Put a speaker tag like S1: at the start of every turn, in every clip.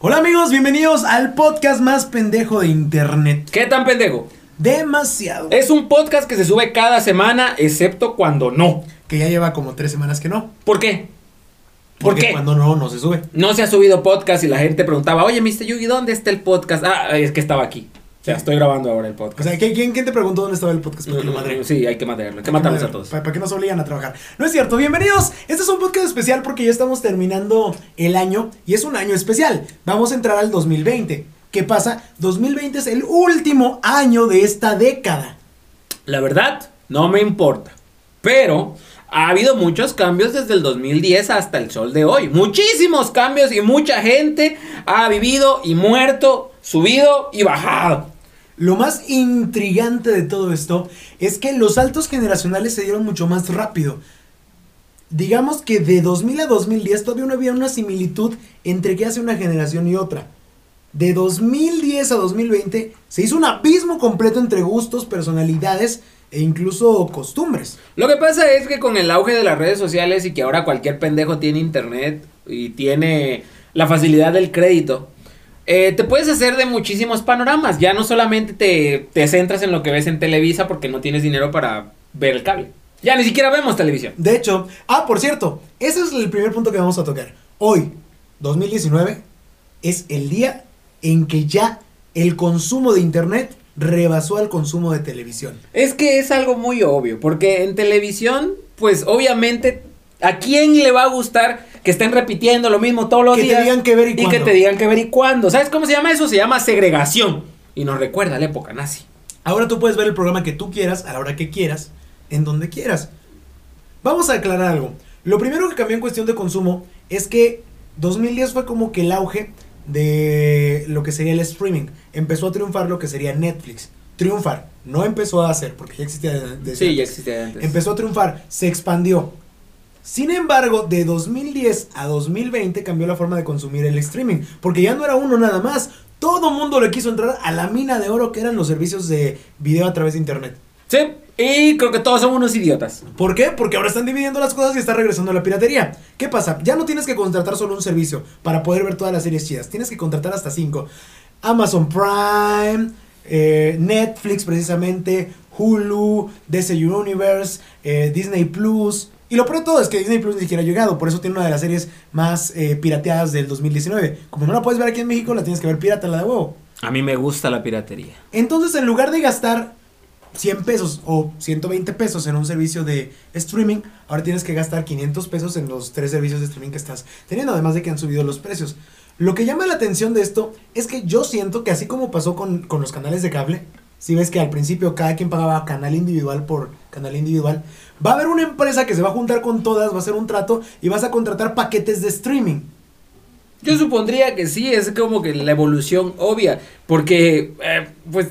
S1: Hola amigos, bienvenidos al podcast más pendejo de internet.
S2: ¿Qué tan pendejo?
S1: Demasiado.
S2: Es un podcast que se sube cada semana, excepto cuando no.
S1: Que ya lleva como tres semanas que no.
S2: ¿Por qué? ¿Por
S1: Porque
S2: qué?
S1: cuando no, no se sube.
S2: No se ha subido podcast y la gente preguntaba, oye, Mr. Yugi, ¿dónde está el podcast? Ah, es que estaba aquí. O sea, estoy grabando ahora el
S1: O
S2: podcast.
S1: sea, ¿quién, quién- quién te preguntó dónde estaba el podcast? Porque lo
S2: Mm,
S1: madre.
S2: Sí, hay que matarlo, hay que matarlos a
S1: Madre,
S2: todos.
S1: pa- Para, que nos obligan a trabajar. No es cierto, bienvenidos. Este es un podcast especial porque ya estamos terminando el año y es un año especial. Vamos a entrar al 2020. ¿Qué pasa? 2020 es el último año de esta década.
S2: La verdad, no me importa. Pero ha habido muchos cambios desde el 2010 hasta el sol de hoy. Muchísimos cambios y mucha gente ha vivido y muerto, subido y bajado.
S1: Lo más intrigante de todo esto es que los saltos generacionales se dieron mucho más rápido. Digamos que de 2000 a 2010 todavía no había una similitud entre qué hace una generación y otra. De 2010 a 2020 se hizo un abismo completo entre gustos, personalidades e incluso costumbres.
S2: Lo que pasa es que con el auge de las redes sociales y que ahora cualquier pendejo tiene internet y tiene la facilidad del crédito, eh, te puedes hacer de muchísimos panoramas. Ya no solamente te, te centras en lo que ves en Televisa porque no tienes dinero para ver el cable. Ya ni siquiera vemos televisión.
S1: De hecho, ah, por cierto, ese es el primer punto que vamos a tocar. Hoy, 2019, es el día en que ya el consumo de internet rebasó al consumo de televisión.
S2: Es que es algo muy obvio, porque en televisión, pues obviamente, ¿a quién le va a gustar que estén repitiendo lo mismo todos los
S1: Que te
S2: días?
S1: digan qué ver y
S2: que
S1: cuándo.
S2: te digan qué ver y cuándo. ¿Sabes cómo se llama eso? Se llama segregación. Y nos recuerda la época nazi.
S1: Ahora tú puedes ver el programa que tú quieras, a la hora que quieras, en donde quieras. Vamos a aclarar algo. Lo primero que cambió en cuestión de consumo es que 2010 fue como que el auge de lo que sería el streaming. Empezó a triunfar lo que sería Netflix. Triunfar. No empezó a hacer, porque ya existía de- desde
S2: Sí, ya
S1: antes.
S2: existía antes.
S1: Empezó a triunfar, se expandió. Sin embargo, de 2010 a 2020 cambió la forma de consumir el streaming, porque ya no era uno nada más. Todo mundo le quiso entrar a la mina de oro que eran los servicios de video a través de internet.
S2: Sí, y creo que todos son unos idiotas.
S1: ¿Por qué? Porque ahora están dividiendo las cosas y está regresando la piratería. ¿Qué pasa? Ya no tienes que contratar solo un servicio para poder ver todas las series chidas. Tienes que contratar hasta cinco. Amazon Prime, eh, Netflix precisamente, Hulu, DC Universe, eh, Disney Plus. Y lo peor de todo es que Disney Plus ni siquiera ha llegado. Por eso tiene una de las series más eh, pirateadas del 2019. Como no la puedes ver aquí en México, la tienes que ver pirata, la de huevo.
S2: A mí me gusta la piratería.
S1: Entonces, en lugar de gastar 100 pesos o 120 pesos en un servicio de streaming, ahora tienes que gastar 500 pesos en los tres servicios de streaming que estás teniendo, además de que han subido los precios. Lo que llama la atención de esto es que yo siento que así como pasó con, con los canales de cable, si ves que al principio cada quien pagaba canal individual por canal individual, va a haber una empresa que se va a juntar con todas, va a hacer un trato y vas a contratar paquetes de streaming.
S2: Yo supondría que sí, es como que la evolución obvia, porque, eh, pues,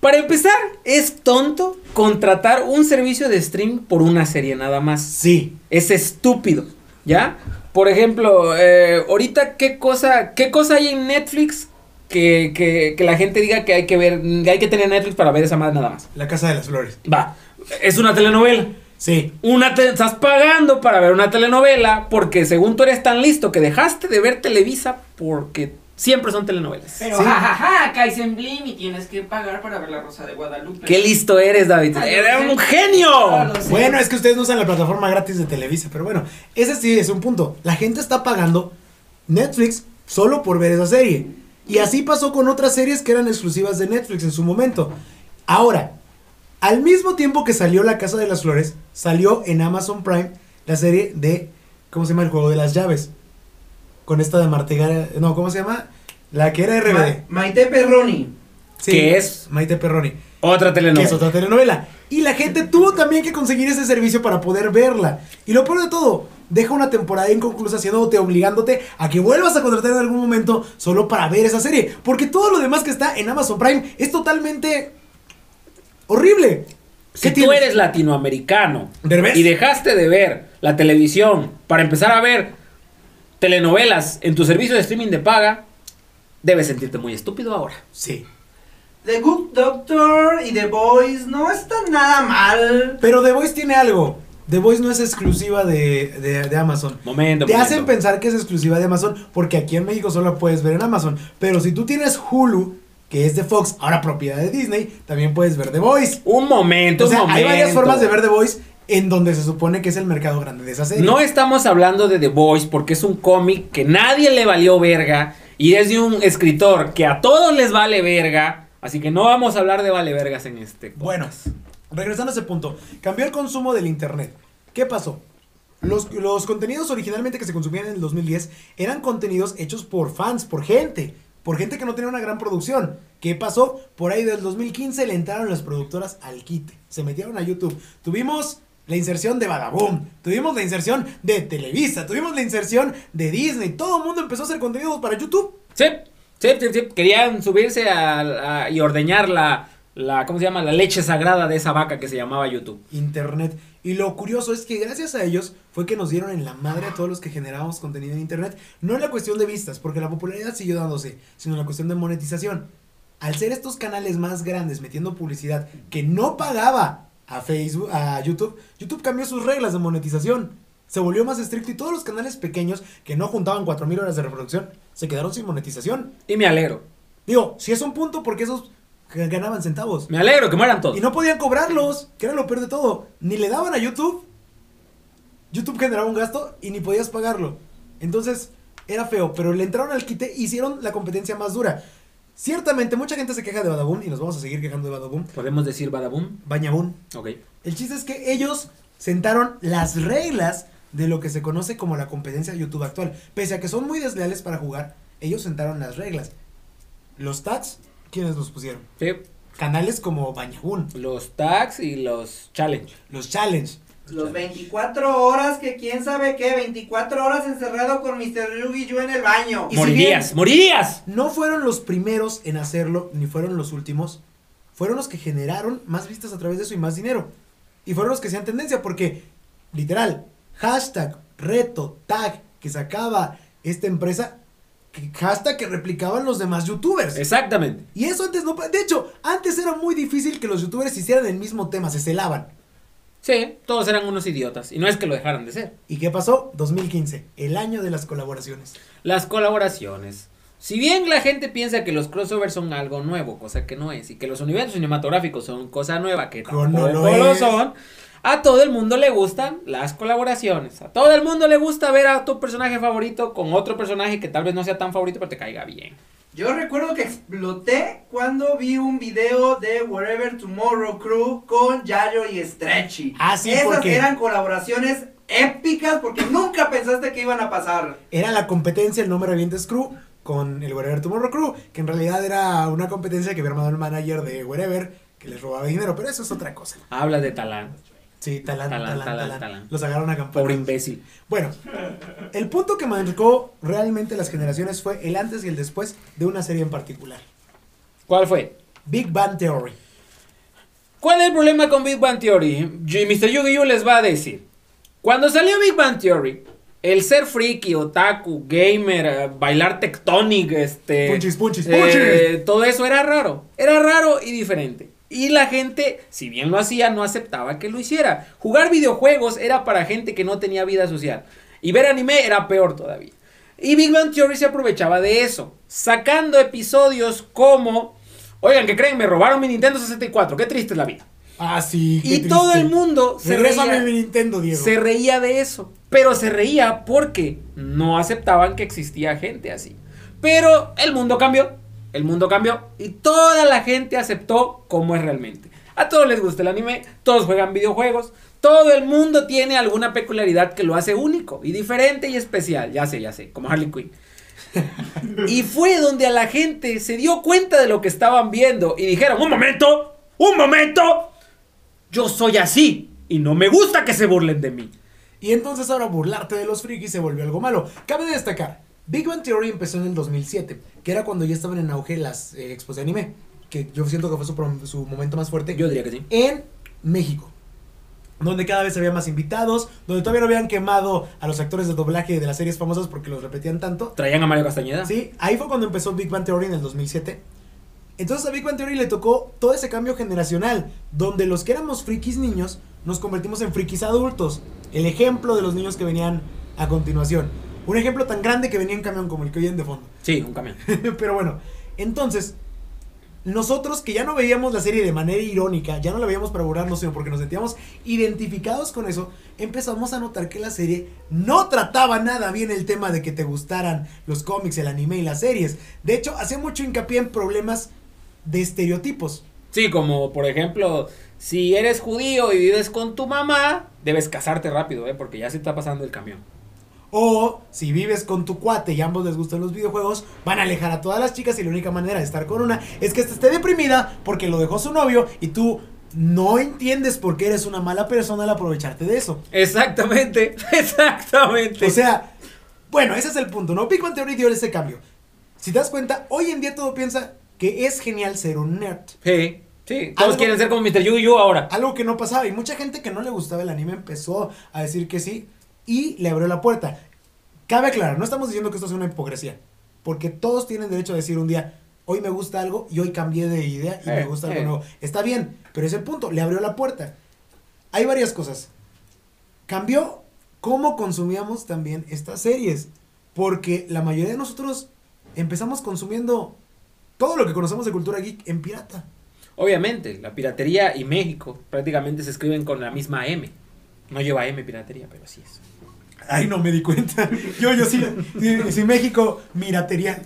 S2: para empezar, es tonto contratar un servicio de stream por una serie nada más.
S1: Sí,
S2: Es estúpido, ¿ya? Por ejemplo, eh, ahorita, ¿qué cosa, ¿qué cosa hay en Netflix que, que, que la gente diga que hay que ver, que hay que tener Netflix para ver esa madre nada más?
S1: la Casa de las Flores.
S2: Va, es una telenovela.
S1: Sí,
S2: Una te- estás pagando para ver una telenovela porque según tú eres tan listo que dejaste de ver Televisa porque siempre son telenovelas.
S3: Pero
S1: Sí.
S3: jajaja, caes en Blim y tienes que pagar para ver la Rosa de Guadalupe.
S2: Qué listo eres, David.
S3: Ah,
S2: Eres
S3: lo sé.
S2: un genio.
S3: Ah, lo sé.
S1: Bueno, es que ustedes no usan la plataforma gratis de Televisa, pero bueno, ese sí es un punto. La gente está pagando Netflix solo por ver esa serie. Y así pasó con otras series que eran exclusivas de Netflix en su momento. Ahora, al mismo tiempo que salió La Casa de las Flores, salió en Amazon Prime la serie de, ¿cómo se llama? El juego de las llaves. Con esta de Martegara, no, ¿cómo se llama? La que era RBD.
S3: Ma- Maite Perroni.
S2: Que es-
S1: Maite Perroni
S2: Otra
S1: que
S2: telenovela.
S1: es otra telenovela. Y la gente tuvo también que conseguir ese servicio para poder verla. Y lo peor de todo, deja una temporada inconclusa haciéndote, obligándote a que vuelvas a contratar en algún momento solo para ver esa serie. Porque todo lo demás que está en Amazon Prime es totalmente horrible.
S2: Si tú
S1: tienes?
S2: eres latinoamericano
S1: ¿Derbez?
S2: y dejaste de ver la televisión para empezar a ver telenovelas en tu servicio de streaming de paga, debes sentirte muy estúpido ahora.
S1: Sí.
S3: The Good Doctor y The Boys no está nada mal.
S1: Pero The Voice tiene algo. The Voice no es exclusiva de, de, de Amazon.
S2: Momento,
S1: Te
S2: momento.
S1: hacen pensar que es exclusiva de Amazon porque aquí en México solo la puedes ver en Amazon. Pero si tú tienes Hulu, que es de Fox, ahora propiedad de Disney, también puedes ver The Voice.
S2: Un momento,
S1: O sea,
S2: un
S1: hay
S2: momento.
S1: varias formas de ver The Voice en donde se supone que es el mercado grande de esa serie.
S2: No estamos hablando de The Voice porque es un cómic que nadie le valió verga y es de un escritor que a todos les vale verga. Así que no vamos a hablar de vale vergas en este. podcast.
S1: Bueno, regresando a ese punto, cambió el consumo del Internet. ¿Qué pasó? Los, los contenidos originalmente que se consumían en el 2010 eran contenidos hechos por fans, por gente, por gente que no tenía una gran producción. ¿Qué pasó? Por ahí del 2015 le entraron las productoras al quite, se metieron a YouTube. Tuvimos la inserción de Badaboom, tuvimos la inserción de Televisa, tuvimos la inserción de Disney. Todo el mundo empezó a hacer contenidos para YouTube.
S2: Sí, sí, sí, sí. Querían subirse a- a- y ordeñar la, la. ¿Cómo se llama? La leche sagrada de esa vaca que se llamaba YouTube.
S1: internet. Y lo curioso es que gracias a ellos fue que nos dieron en la madre a todos los que generábamos contenido en internet. No en la cuestión de vistas, porque la popularidad siguió dándose, sino en la cuestión de monetización. Al ser estos canales más grandes metiendo publicidad que no pagaba a Facebook, a YouTube, YouTube cambió sus reglas de monetización. Se volvió más estricto y todos los canales pequeños que no juntaban 4.000 horas de reproducción se quedaron sin monetización.
S2: Y me alegro.
S1: Digo, si es un punto porque esos ganaban centavos.
S2: Me alegro que mueran todos.
S1: Y no podían cobrarlos, que era lo peor de todo. Ni le daban a YouTube. YouTube generaba un gasto y ni podías pagarlo. Entonces, era feo, pero le entraron al quite y hicieron la competencia más dura. Ciertamente, mucha gente se queja de Badaboom y nos vamos a seguir quejando de Badaboom.
S2: Podemos decir badaboom.
S1: Bañaboom.
S2: Ok.
S1: El chiste es que ellos sentaron las reglas de lo que se conoce como la competencia de YouTube actual. Pese a que son muy desleales para jugar, ellos sentaron las reglas. Los tags, ¿quiénes los pusieron?
S2: Sí.
S1: Canales como Bañaboom,
S2: Los tags y los challenge.
S1: los challenge,
S4: Los 24 horas que quién sabe qué, 24 horas encerrado con Mr. Ruby y yo en el baño.
S1: Y si
S2: morirías,
S1: bien-
S2: morirías.
S1: No fueron los primeros en hacerlo, ni fueron los últimos. Fueron los que generaron más vistas a través de eso y más dinero. Y fueron los que hacían tendencia, porque, literal, hashtag, reto, tag que sacaba esta empresa, que- hashtag que replicaban los demás youtubers.
S2: Exactamente.
S1: Y eso antes no. pa- De hecho, antes era muy difícil que los youtubers hicieran el mismo tema, se celaban.
S2: Sí, todos eran unos idiotas. Y no es que lo dejaran de ser.
S1: ¿Y qué pasó? 2015, el año de las colaboraciones.
S2: Las colaboraciones. Si bien la gente piensa que los crossovers son algo nuevo, cosa que no es, y que los universos cinematográficos son cosa nueva, que tampoco
S1: no lo
S2: lo
S1: es.
S2: son, a todo el mundo le gustan las colaboraciones. A todo el mundo le gusta ver a tu personaje favorito con otro personaje que tal vez no sea tan favorito, pero te caiga bien.
S4: Yo recuerdo que exploté cuando vi un video de Wherever Tomorrow Crew con Yayo y Stretchy.
S1: Ah, sí,
S4: Esas
S1: porque-
S4: eran colaboraciones épicas porque nunca pensaste que iban a pasar.
S1: era la competencia el nombre Revientes Crew con el Wherever Tomorrow Crew, que en realidad era una competencia que había armado el manager de Wherever, que les robaba dinero, pero eso es otra cosa.
S2: Habla de Talán,
S1: Sí, talán,
S2: Talán,
S1: talán, talán.
S2: talán, talán.
S1: Los agarraron a
S2: pobre
S1: campaña.
S2: imbécil.
S1: Bueno, el punto que marcó realmente las generaciones fue el antes y el después de una serie en particular.
S2: ¿Cuál fue?
S1: Big Bang Theory.
S2: ¿Cuál es el problema con Big Bang Theory? Yo- Mr. Yu-Gi-Oh les va a decir. Cuando salió Big Bang Theory, el ser friki, otaku, gamer, eh, bailar tectonic, este.
S1: Punchis, punchis,
S2: eh, todo eso era raro. Era raro y diferente. Y la gente, si bien lo hacía, no aceptaba que lo hiciera. Jugar videojuegos era para gente que no tenía vida social. Y ver anime era peor todavía. Y Big Bang Theory se aprovechaba de eso, sacando episodios como, oigan, ¿qué creen? Me robaron mi Nintendo 64, qué triste es la vida.
S1: Ah, sí. qué
S2: Y
S1: triste.
S2: todo el mundo se
S1: Regrésame mi
S2: reía,
S1: Nintendo, Diego.
S2: se reía de eso, pero se reía porque no aceptaban que existía gente así. Pero el mundo cambió, el mundo cambió y toda la gente aceptó como es realmente. A todos les gusta el anime, todos juegan videojuegos, todo el mundo tiene alguna peculiaridad que lo hace único y diferente y especial, ya sé, ya sé, como Harley Quinn. Y fue donde a la gente se dio cuenta de lo que estaban viendo y dijeron, un momento, un momento, yo soy así y no me gusta que se burlen de mí.
S1: Y entonces ahora burlarte de los frikis se volvió algo malo. Cabe destacar, Big Bang Theory empezó en el 2007, que era cuando ya estaban en auge las eh, expos de anime, que yo siento que fue su, prom- su momento más fuerte
S2: Yo diría que sí.
S1: en México. Donde cada vez había más invitados, donde todavía no habían quemado a los actores de doblaje de las series famosas porque los repetían tanto.
S2: ¿Traían a Mario Castañeda?
S1: Sí, ahí fue cuando empezó Big Bang Theory en el 2007. Entonces a Big Bang Theory le tocó todo ese cambio generacional, donde los que éramos frikis niños nos convertimos en frikis adultos. El ejemplo de los niños que venían a continuación. Un ejemplo tan grande que venía en camión como el que oyen de fondo.
S2: Sí, un camión.
S1: Pero bueno, entonces, nosotros que ya no veíamos la serie de manera irónica, ya no la veíamos para burlarnos, sino porque nos sentíamos identificados con eso, empezamos a notar que la serie no trataba nada bien el tema de que te gustaran los cómics, el anime y las series. De hecho, hacía mucho hincapié en problemas de estereotipos.
S2: Sí, como por ejemplo, si eres judío y vives con tu mamá, debes casarte rápido, ¿eh? Porque ya se está pasando el camión.
S1: O si vives con tu cuate y a ambos les gustan los videojuegos, van a alejar a todas las chicas y la única manera de estar con una es que esta esté deprimida porque lo dejó su novio y tú no entiendes por qué eres una mala persona al aprovecharte de eso.
S2: Exactamente, exactamente.
S1: O sea, bueno, ese es el punto, ¿no? Big Bang Theory dio ese cambio. Si te das cuenta, hoy en día todo piensa que es genial ser un nerd.
S2: sí, sí, todos
S1: algo-
S2: quieren ser como Mr. Yu Yu ahora.
S1: Algo que no pasaba y mucha gente que no le gustaba el anime empezó a decir que sí y le abrió la puerta. Cabe aclarar, no estamos diciendo que esto es una hipocresía, porque todos tienen derecho a decir un día, hoy me gusta algo y hoy cambié de idea y me
S2: Eh,
S1: gusta
S2: eh.
S1: algo nuevo. Está bien, pero ese punto le abrió la puerta. Hay varias cosas. Cambió cómo consumíamos también estas series, porque la mayoría de nosotros empezamos consumiendo todo lo que conocemos de cultura geek en pirata.
S2: Obviamente, la piratería y México prácticamente se escriben con la misma M. No lleva M piratería, pero así es.
S1: Ay, no me di cuenta. Yo, yo sí, sí, sí, México, piratería,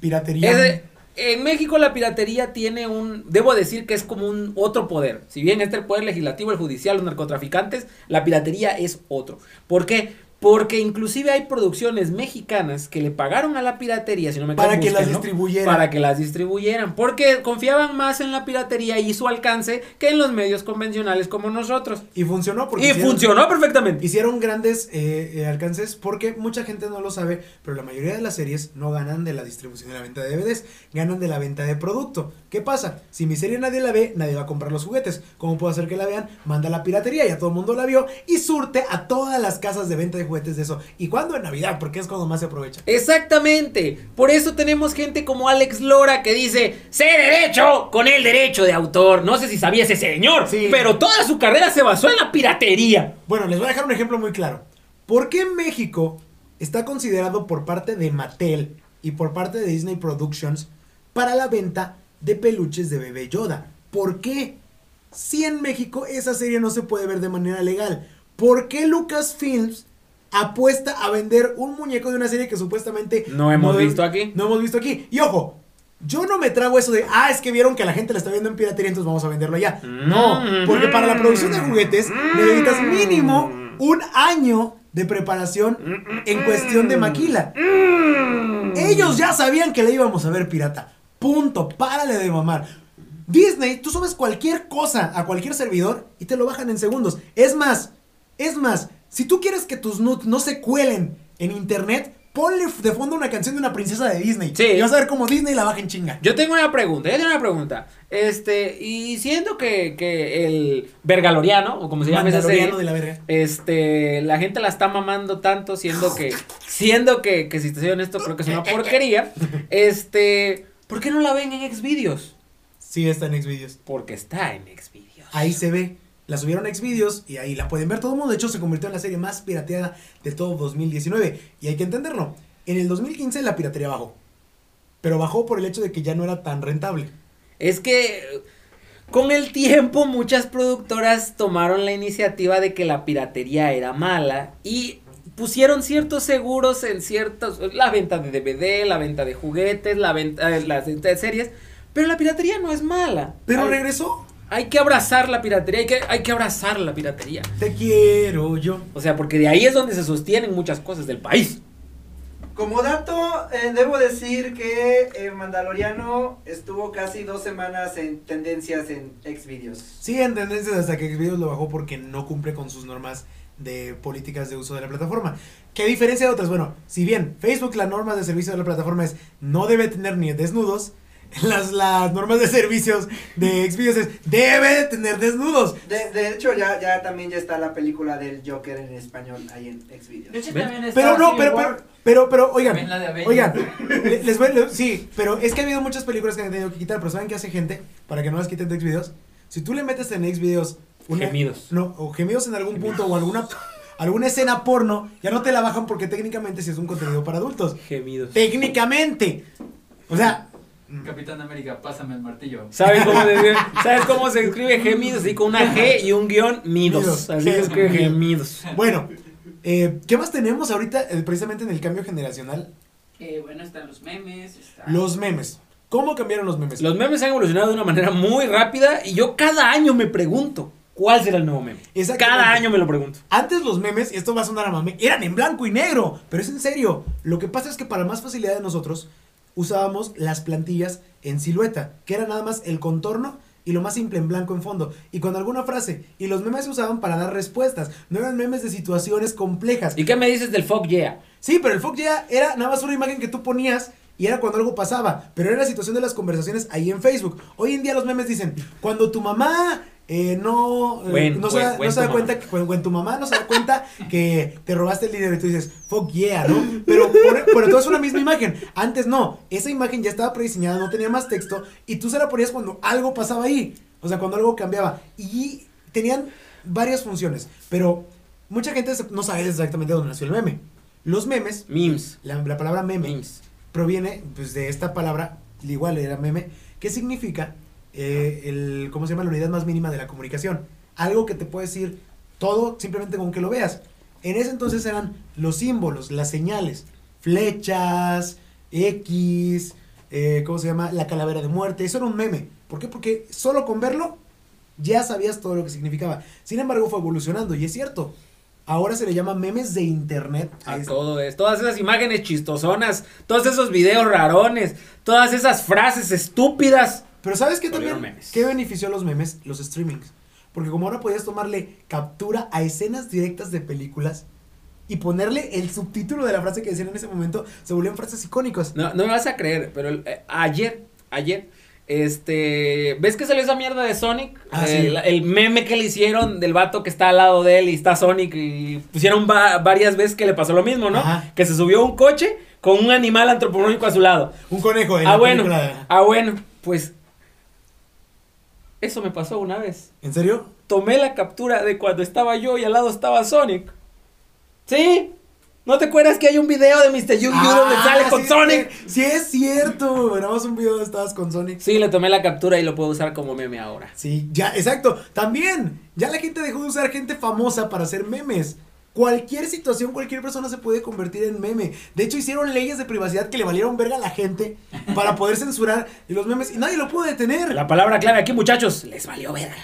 S1: piratería.
S2: Ese- en México la piratería tiene un, debo decir que es como un otro poder. Si bien este el poder legislativo, el judicial, los narcotraficantes, la piratería es otro. ¿Por qué? Porque inclusive hay producciones mexicanas que le pagaron a la piratería, si no me
S1: Para
S2: equivoco,
S1: que las
S2: búsquenlo,
S1: distribuyeran.
S2: Para que las distribuyeran, porque confiaban más en la piratería y su alcance que en los medios convencionales como nosotros.
S1: Y funcionó porque
S2: Y
S1: hicieron-
S2: funcionó perfectamente.
S1: Hicieron grandes eh, eh, alcances porque mucha gente no lo sabe, pero la mayoría de las series no ganan de la distribución de la venta de DVDs, ganan de la venta de producto. ¿Qué pasa? Si mi serie nadie la ve, nadie va a comprar los juguetes. ¿Cómo puedo hacer que la vean? Manda la piratería, ya todo el mundo la vio y surte a todas las casas de venta de juguetes de eso. ¿Y cuándo? En Navidad, porque es cuando más se aprovecha.
S2: Exactamente. Por eso tenemos gente como Alex Lora que dice, sé derecho con el derecho de autor. No sé si sabía ese señor,
S1: Sí.
S2: pero toda su carrera se basó en la piratería.
S1: Bueno, les voy a dejar un ejemplo muy claro. ¿Por qué México está considerado por parte de Mattel y por parte de Disney Productions para la venta de peluches de bebé Yoda? ¿Por qué? Si en México esa serie no se puede ver de manera legal, ¿por qué Lucasfilms apuesta a vender un muñeco de una serie que supuestamente
S2: No hemos visto aquí.
S1: No hemos visto aquí. Y ojo, yo no me trago eso de, ah, es que vieron que la gente la está viendo en piratería, entonces vamos a venderlo allá. No, porque para la producción de juguetes necesitas mínimo un año de preparación en cuestión de maquila. Ellos
S2: Mm.
S1: ya sabían que la íbamos a ver pirata. Punto, párale de mamar. Disney, tú subes cualquier cosa a cualquier servidor y te lo bajan en segundos. Es más, es más, si tú quieres que tus nudes no se cuelen en internet, ponle de fondo una canción de una princesa de Disney.
S2: Sí.
S1: Y vas a ver cómo Disney la baja en chinga.
S2: Yo tengo una pregunta, yo tengo una pregunta. Este, y siento que, que el Vergaloriano, o como se llama esa serie,
S1: Mandaloriano de la verga.
S2: este, la gente la está mamando tanto, siendo que, siendo que, que si te soy honesto, creo que es una porquería. Este, ¿por qué no la ven en Xvideos?
S1: Sí, está en Xvideos.
S2: Porque está en Xvideos.
S1: Ahí se ve. La subieron a Xvideos y ahí la pueden ver todo el mundo. De hecho, se convirtió en la serie más pirateada de todo 2019. Y hay que entenderlo. En el 2015 la piratería bajó. Pero bajó por el hecho de que ya no era tan rentable.
S2: Es que eh, con el tiempo muchas productoras tomaron la iniciativa de que la piratería era mala y pusieron ciertos seguros en ciertos la venta de DVD, la venta de juguetes, la venta eh, las venta de series, pero la piratería no es mala.
S1: Pero
S2: hay,
S1: regresó.
S2: hay que abrazar la piratería, hay que hay que abrazar la piratería.
S1: Te quiero yo.
S2: O sea, porque de ahí es donde se sostienen muchas cosas del país.
S4: Como dato, eh, debo decir que eh, Mandaloriano estuvo casi dos semanas en tendencias en Xvideos.
S1: Sí, en tendencias hasta que Xvideos lo bajó porque no cumple con sus normas de políticas de uso de la plataforma. ¿Qué diferencia de otras? Bueno, si bien Facebook las normas de servicio de la plataforma es no debe tener ni desnudos, las, las normas de servicios de Xvideos es debe de tener desnudos.
S4: De, de hecho, ya, ya también ya está la película del Joker en español ahí en Xvideos.
S3: De hecho,
S2: ¿Ven?
S3: también está
S1: Pero no,
S3: Civil
S1: pero, pero,
S3: War.
S1: pero, pero, oigan,
S3: Ven la de Avengers.
S1: oigan, le- les voy, le- sí, pero es que ha habido muchas películas que han tenido que quitar, pero ¿saben qué hace gente para que no las quiten de Xvideos? Si tú le metes en Xvideos una-
S2: Gemidos.
S1: No, o gemidos en algún punto o alguna, alguna escena porno, ya no te la bajan porque técnicamente si es un contenido para adultos.
S2: Gemidos.
S1: Técnicamente. O sea,
S5: Capitán América, pásame el martillo.
S2: ¿Saben cómo, se- ¿Sabes cómo se escribe gemidos? Así con una G y un guión midos.
S1: Midos.
S2: Así se escribe gemidos.
S1: bueno, eh, ¿qué más tenemos ahorita eh, precisamente en el cambio generacional?
S3: Eh, bueno, están los memes, está...
S1: Los memes. ¿Cómo cambiaron los memes?
S2: Los memes han evolucionado de una manera muy rápida y yo cada año me pregunto cuál será el nuevo meme.
S1: Exactamente.
S2: Cada año me lo pregunto.
S1: Antes los memes, y esto va a sonar a mame, eran en blanco y negro, pero es en serio. Lo que pasa es que para más facilidad de nosotros usábamos las plantillas en silueta, que era nada más el contorno y lo más simple en blanco en fondo, y con alguna frase. Y los memes se usaban para dar respuestas, no eran memes de situaciones complejas.
S2: ¿Y qué me dices del fuck yeah?
S1: Sí, pero el fuck yeah era nada más una imagen que tú ponías y era cuando algo pasaba, pero era la situación de las conversaciones ahí en Facebook. Hoy en día los memes dicen, cuando tu mamá eh, no, eh,
S2: Buen,
S1: no se, da-
S2: buen, buen
S1: no se da
S2: tu
S1: cuenta,
S2: mamá.
S1: que, cuando, cuando tu mamá no se da cuenta que te robaste el dinero y tú dices, fuck yeah, ¿no? Pero, por- pero todo es una misma imagen. Antes no, esa imagen ya estaba prediseñada, no tenía más texto y tú se la ponías cuando algo pasaba ahí, o sea, cuando algo cambiaba. Y tenían varias funciones, pero mucha gente se- no sabe exactamente dónde nació el meme. Los memes
S2: Memes.
S1: la, la palabra meme
S2: Memes.
S1: proviene pues, de esta palabra, igual era meme, que significa eh, el, ¿cómo se llama? La unidad más mínima de la comunicación. Algo que te puede decir todo simplemente con que lo veas. En ese entonces eran los símbolos, las señales, flechas, X, eh, ¿cómo se llama? La calavera de muerte. Eso era un meme. ¿Por qué? Porque solo con verlo ya sabías todo lo que significaba. Sin embargo, fue evolucionando y es cierto. Ahora se le llama memes de internet. a
S2: A
S1: este-
S2: todo es, todas esas imágenes chistosonas, todos esos videos rarones, todas esas frases estúpidas.
S1: Pero ¿sabes qué
S2: Volvieron
S1: también?
S2: memes.
S1: ¿Qué benefició a los memes? Los streamings. Porque como ahora podías tomarle captura a escenas directas de películas y ponerle el subtítulo de la frase que decían en ese momento, se volvían frases icónicas.
S2: No, no me vas a creer, pero eh, ayer, ayer, este, ¿ves que salió esa mierda de Sonic?
S1: Ah, sí.
S2: el, el meme que le hicieron del vato que está al lado de él y está Sonic y pusieron va- varias veces que le pasó lo mismo, ¿no?
S1: Ajá.
S2: Que se subió a un coche con un animal antropomórfico a su lado.
S1: Un conejo en
S2: ah,
S1: la
S2: bueno,
S1: película.
S2: ah, bueno, pues eso me pasó una vez.
S1: ¿En serio?
S2: tomé la captura de cuando estaba yo y al lado estaba Sonic. ¿Sí? ¿No te acuerdas que hay un video de Mr. Yu-Gi-Oh! donde
S1: Ah,
S2: sale con
S1: sí,
S2: Sonic?
S1: sí, Sí, es cierto. Grabamos un video donde estabas con Sonic.
S2: Sí, le tomé la captura y lo puedo usar como meme ahora.
S1: Sí, ya, exacto. También, ya la gente dejó de usar gente famosa para hacer memes. Cualquier situación, cualquier persona se puede convertir en meme. De hecho, hicieron leyes de privacidad que le valieron verga a la gente para poder censurar los memes y nadie lo pudo detener.
S2: La palabra clave aquí, muchachos, les valió verga.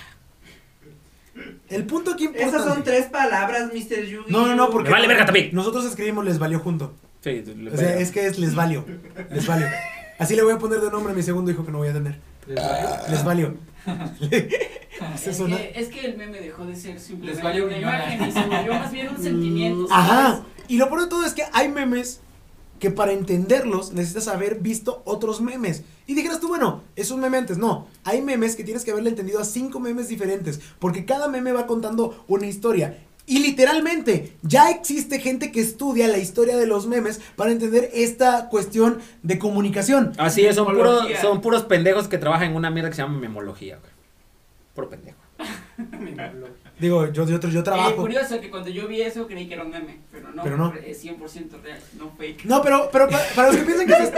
S1: El punto aquí importante.
S4: Esas son tres palabras, Mr. Yugi.
S1: No, no, no, porque.
S2: Me vale verga también.
S1: Nosotros escribimos les valió junto.
S2: Sí, le
S1: O sea, es que es les valió. Les valió. Así le voy a poner de nombre a mi segundo hijo que no voy a tener.
S5: ¿Les
S2: Ah,
S5: valió?
S1: Les valió.
S3: Es,
S1: Esa es una-
S3: que, es que el meme dejó de ser simplemente
S5: Les valió
S3: una
S5: guiñola.
S3: imagen y se volvió más bien
S2: Mm.
S3: un sentimiento. Eh,
S1: Ajá. Y lo peor de todo es que hay memes que para entenderlos necesitas haber visto otros memes. Y dijeras tú, bueno, es un meme antes. No, hay memes que tienes que haberle entendido a cinco memes diferentes. Porque cada meme va contando una historia. Y literalmente, ya existe gente que estudia la historia de los memes para entender esta cuestión de comunicación.
S2: Así es, Ah, son puros,
S3: Memología.
S2: son puros pendejos que trabajan en una mierda que se llama memología, güey. Puro pendejo.
S1: Digo, yo, yo, yo
S3: Es
S1: trabajo.
S3: Eh, curioso que cuando yo vi eso creí que era un meme, pero no, eh,
S1: Pero no.
S3: es 100% real, no fake.
S1: No, pero, pero pa- para, los que piensan que es est-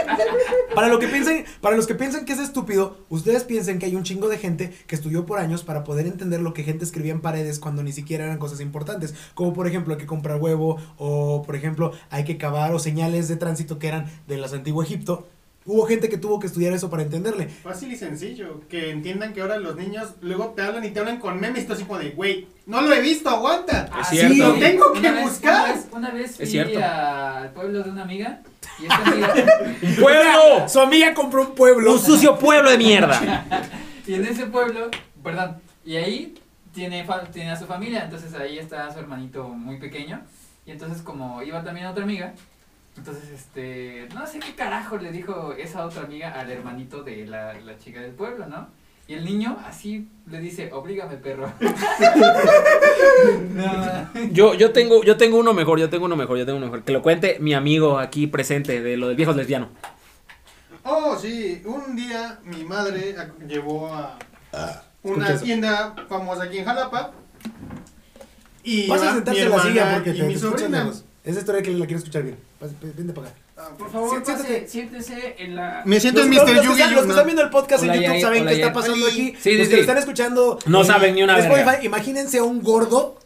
S1: para lo que piensen, para los que piensan que es estúpido, ustedes piensen que hay un chingo de gente que estudió por años para poder entender lo que gente escribía en paredes cuando ni siquiera eran cosas importantes, como por ejemplo hay que comprar huevo o por ejemplo hay que cavar o señales de tránsito que eran de las antiguo Egipto. Hubo gente que tuvo que estudiar eso para entenderle.
S6: Fácil y sencillo, que entiendan que ahora los niños luego te hablan y te hablan con memes, tú así como de, güey, no lo he visto, aguanta.
S5: Ah,
S2: Es
S1: sí.
S2: cierto.
S1: Lo
S6: tengo
S5: Una
S6: que
S5: vez-
S6: buscar.
S5: Una vez, una vez fui
S2: cierto.
S5: al pueblo de una amiga y esta amiga-
S2: ¡Pueblo!
S1: Su amiga compró un pueblo.
S2: ¡Un sucio pueblo de mierda!
S5: y en ese pueblo, perdón, y ahí tiene, fa- tiene a su familia, entonces ahí está su hermanito muy pequeño y entonces como iba también otra amiga, entonces este, no sé qué carajo le dijo esa otra amiga al hermanito de la, la chica del pueblo, ¿no? Y el niño así le dice, oblígame perro. no,
S2: Yo, yo, tengo, yo tengo uno mejor, yo tengo uno mejor, yo tengo uno mejor. Que lo cuente mi amigo aquí presente de lo del viejo lesbiano.
S6: Oh, sí, un día mi madre ac- llevó a una
S2: Ah, Escucha eso.
S6: tienda famosa aquí en Jalapa Y
S1: Vas
S6: va
S1: a
S6: mi
S1: sentarte en la silla
S6: hermana
S1: porque
S6: y
S1: te, te
S6: mi
S1: escuchan
S6: sobrina.
S1: lejos. Esa historia que la quiero escuchar bien. Vas- Vente para acá.
S3: Por favor,
S1: Siéntate.
S3: pase, siéntese en la.
S6: Me siento en
S1: Los- los-
S6: Mr.
S1: los que
S6: Yugi
S1: están- Los que
S6: Yuna.
S1: están viendo el podcast
S2: Hola,
S1: en YouTube
S2: Yair,
S1: saben
S2: hola,
S1: qué está
S2: Yair.
S1: pasando
S6: Hola.
S1: aquí.
S2: Sí,
S1: los
S2: sí,
S1: que
S2: sí.
S1: lo están escuchando.
S2: No
S1: en
S2: saben ni una
S1: Spotify,
S2: verga.
S1: Imagínense a un gordo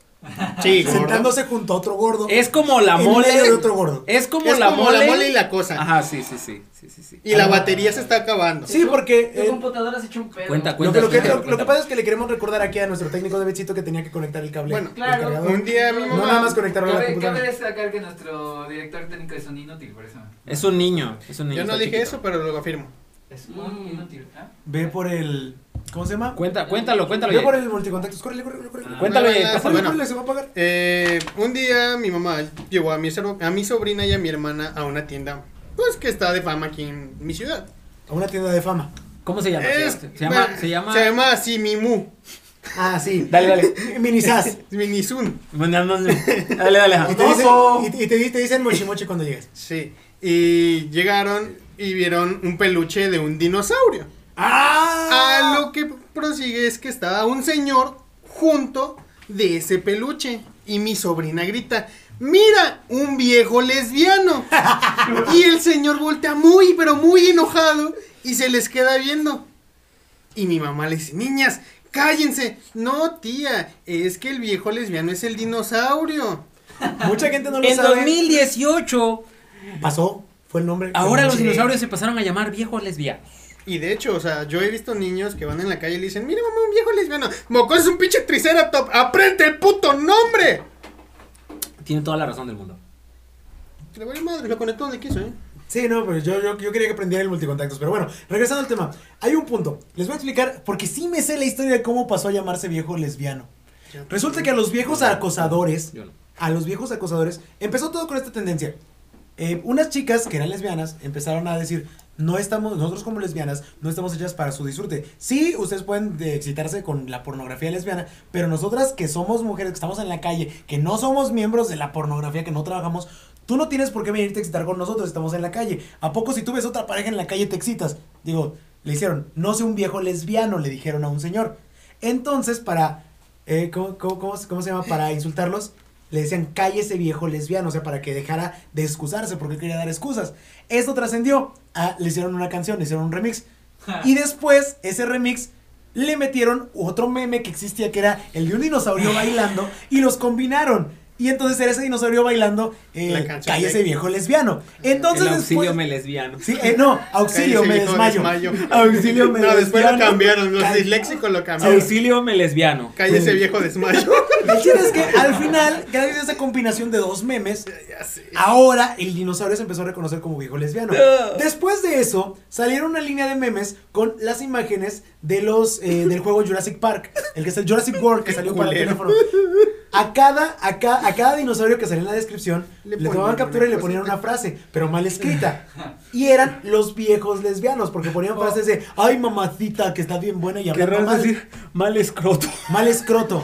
S6: Sí, gordo.
S1: sentándose junto a otro gordo.
S2: Es como Eh, la
S1: En
S2: mole. Eh,
S1: medio de otro gordo.
S2: Es como,
S6: Es
S2: la, mole.
S6: y la cosa.
S2: Ajá, sí, sí, sí. sí, sí, sí.
S6: Y la batería se está acabando.
S1: Sí, porque.
S3: Tu
S1: eh,
S3: computadora se echó un pedo.
S2: Cuenta,
S1: lo, que,
S2: cuenta.
S1: lo, que,
S2: cuenta,
S1: lo- lo que
S2: cuenta.
S1: pasa es que le queremos recordar aquí a nuestro técnico de Betsito que tenía que conectar el cable.
S6: Bueno,
S1: del
S3: claro.
S1: cargador.
S6: Un día mi
S1: No
S6: mamá-
S1: nada más conectarlo a la
S5: Cabe, cabe
S1: computadora.
S5: destacar que nuestro director técnico es un inútil, por eso.
S2: Es un niño. Es un niño.
S6: Yo no
S2: está
S6: dije
S2: chiquito.
S6: eso, pero lo afirmo.
S5: Es un
S3: Mm.
S5: inútil. ¿ah?
S1: Ve por el. ¿Cómo se llama?
S2: Cuenta, cuéntalo, cuéntalo.
S1: Ve
S2: Yair.
S1: por el multicontactos. Córrele, córrele, córrele.
S2: Ah, Cuéntalo,
S6: Bueno,
S2: eh,
S6: la-
S2: pásalo,
S1: Córrele,
S6: bueno,
S1: córrele, se va a apagar.
S6: eh, un día mi mamá llevó a mi, cero- a mi sobrina y a mi hermana a una tienda, pues que está de fama aquí en mi ciudad.
S1: A una tienda de fama.
S2: ¿Cómo se llama?
S6: Es-
S2: se, llama,
S6: bueno,
S2: se llama.
S6: Se llama Simimu,
S1: Ah, sí.
S2: Dale, dale.
S1: Minisas.
S6: Minizun.
S2: Bueno, no, no. Dale, dale.
S1: Y
S2: ajá.
S1: te dicen,
S5: Oso.
S1: y te- y te, te dicen mochimochi cuando llegues.
S6: Sí. Y llegaron y vieron un peluche de un dinosaurio.
S1: ¡Ah!
S6: A lo que prosigue es que estaba un señor junto de ese peluche. Y mi sobrina grita, mira, un viejo lesbiano. y el señor voltea muy, pero muy enojado y se les queda viendo. Y mi mamá le dice, niñas, cállense. No, tía, es que el viejo lesbiano es el dinosaurio.
S1: Mucha gente no lo
S2: En
S1: sabe.
S2: 2018,
S1: Pasó, fue el nombre.
S2: ahora los
S1: Sí.
S2: dinosaurios se pasaron a llamar viejos lesbianos.
S6: Y de hecho, o sea, yo he visto niños que van en la calle y le dicen, mira mamá, un viejo lesbiano. Mocos es un pinche triceratop. ¡Aprende el puto nombre!
S2: Tiene toda la razón del mundo.
S6: Que Le vale madre, lo conectó donde quiso, ¿eh?
S1: Sí, no, pero yo, yo, yo quería que aprendiera el multicontactos. Pero bueno, regresando al tema. Hay un punto. Les voy a explicar, porque sí me sé la historia de cómo pasó a llamarse viejo lesbiano.
S6: pues,
S1: Resulta que a los viejos acosadores,
S2: Yo no.
S1: a los viejos acosadores, empezó todo con esta tendencia. Eh, unas chicas que eran lesbianas empezaron a decir, no estamos, nosotros como lesbianas, no estamos hechas para su disfrute. Sí, ustedes pueden de, excitarse con la pornografía lesbiana, pero nosotras que somos mujeres, que estamos en la calle, que no somos miembros de la pornografía, que no trabajamos, tú no tienes por qué venirte a excitar con nosotros, estamos en la calle. ¿A poco si tú ves otra pareja en la calle te excitas? Digo, le hicieron, no sé un viejo lesbiano, le dijeron a un señor. Entonces, para, eh, ¿cómo, cómo, cómo se- cómo se llama? Para insultarlos, le decían, cállese viejo lesbiano, o sea, para que dejara de excusarse, porque él quería dar excusas. Esto trascendió, a- le hicieron una canción, le hicieron un remix. Y después, ese remix, le metieron otro meme que existía, que era el de un dinosaurio bailando, y los combinaron. Y entonces era ese dinosaurio bailando, eh,
S6: La canción
S1: cállese
S6: de-
S1: viejo lesbiano. Entonces
S2: el auxilio
S1: después...
S2: me lesbiano.
S1: Sí, eh, no, auxilio,
S6: Cállese,
S1: me
S6: viejo
S1: desmayo.
S6: desmayo.
S1: Auxilio, me
S6: No, después lo
S1: desmayo.
S6: cambiaron, los
S1: Cállese.
S6: disléxicos lo cambiaron.
S2: Auxilio me lesbiano.
S6: Cállese viejo desmayo.
S1: El chiste es que al final, gracias a esa combinación de dos memes, ahora el dinosaurio se empezó a reconocer como viejo lesbiano. Después de eso, salieron una línea de memes con las imágenes de los eh, del juego Jurassic Park, el que es el Jurassic World que salió para el
S6: Culero.
S1: teléfono. A cada, a, ca- a cada dinosaurio que salía en la descripción,
S6: Le
S1: le,
S6: ponían
S1: tomaban captura y
S6: una
S1: le ponían
S6: cosita.
S1: una frase, pero mal escrita. Y eran los viejos lesbianos, porque ponían
S2: Oh.
S1: frases de, ay mamacita, que está bien buena y hablando
S2: Querrás
S1: mal".
S2: decir mal escroto.
S1: Mal escroto.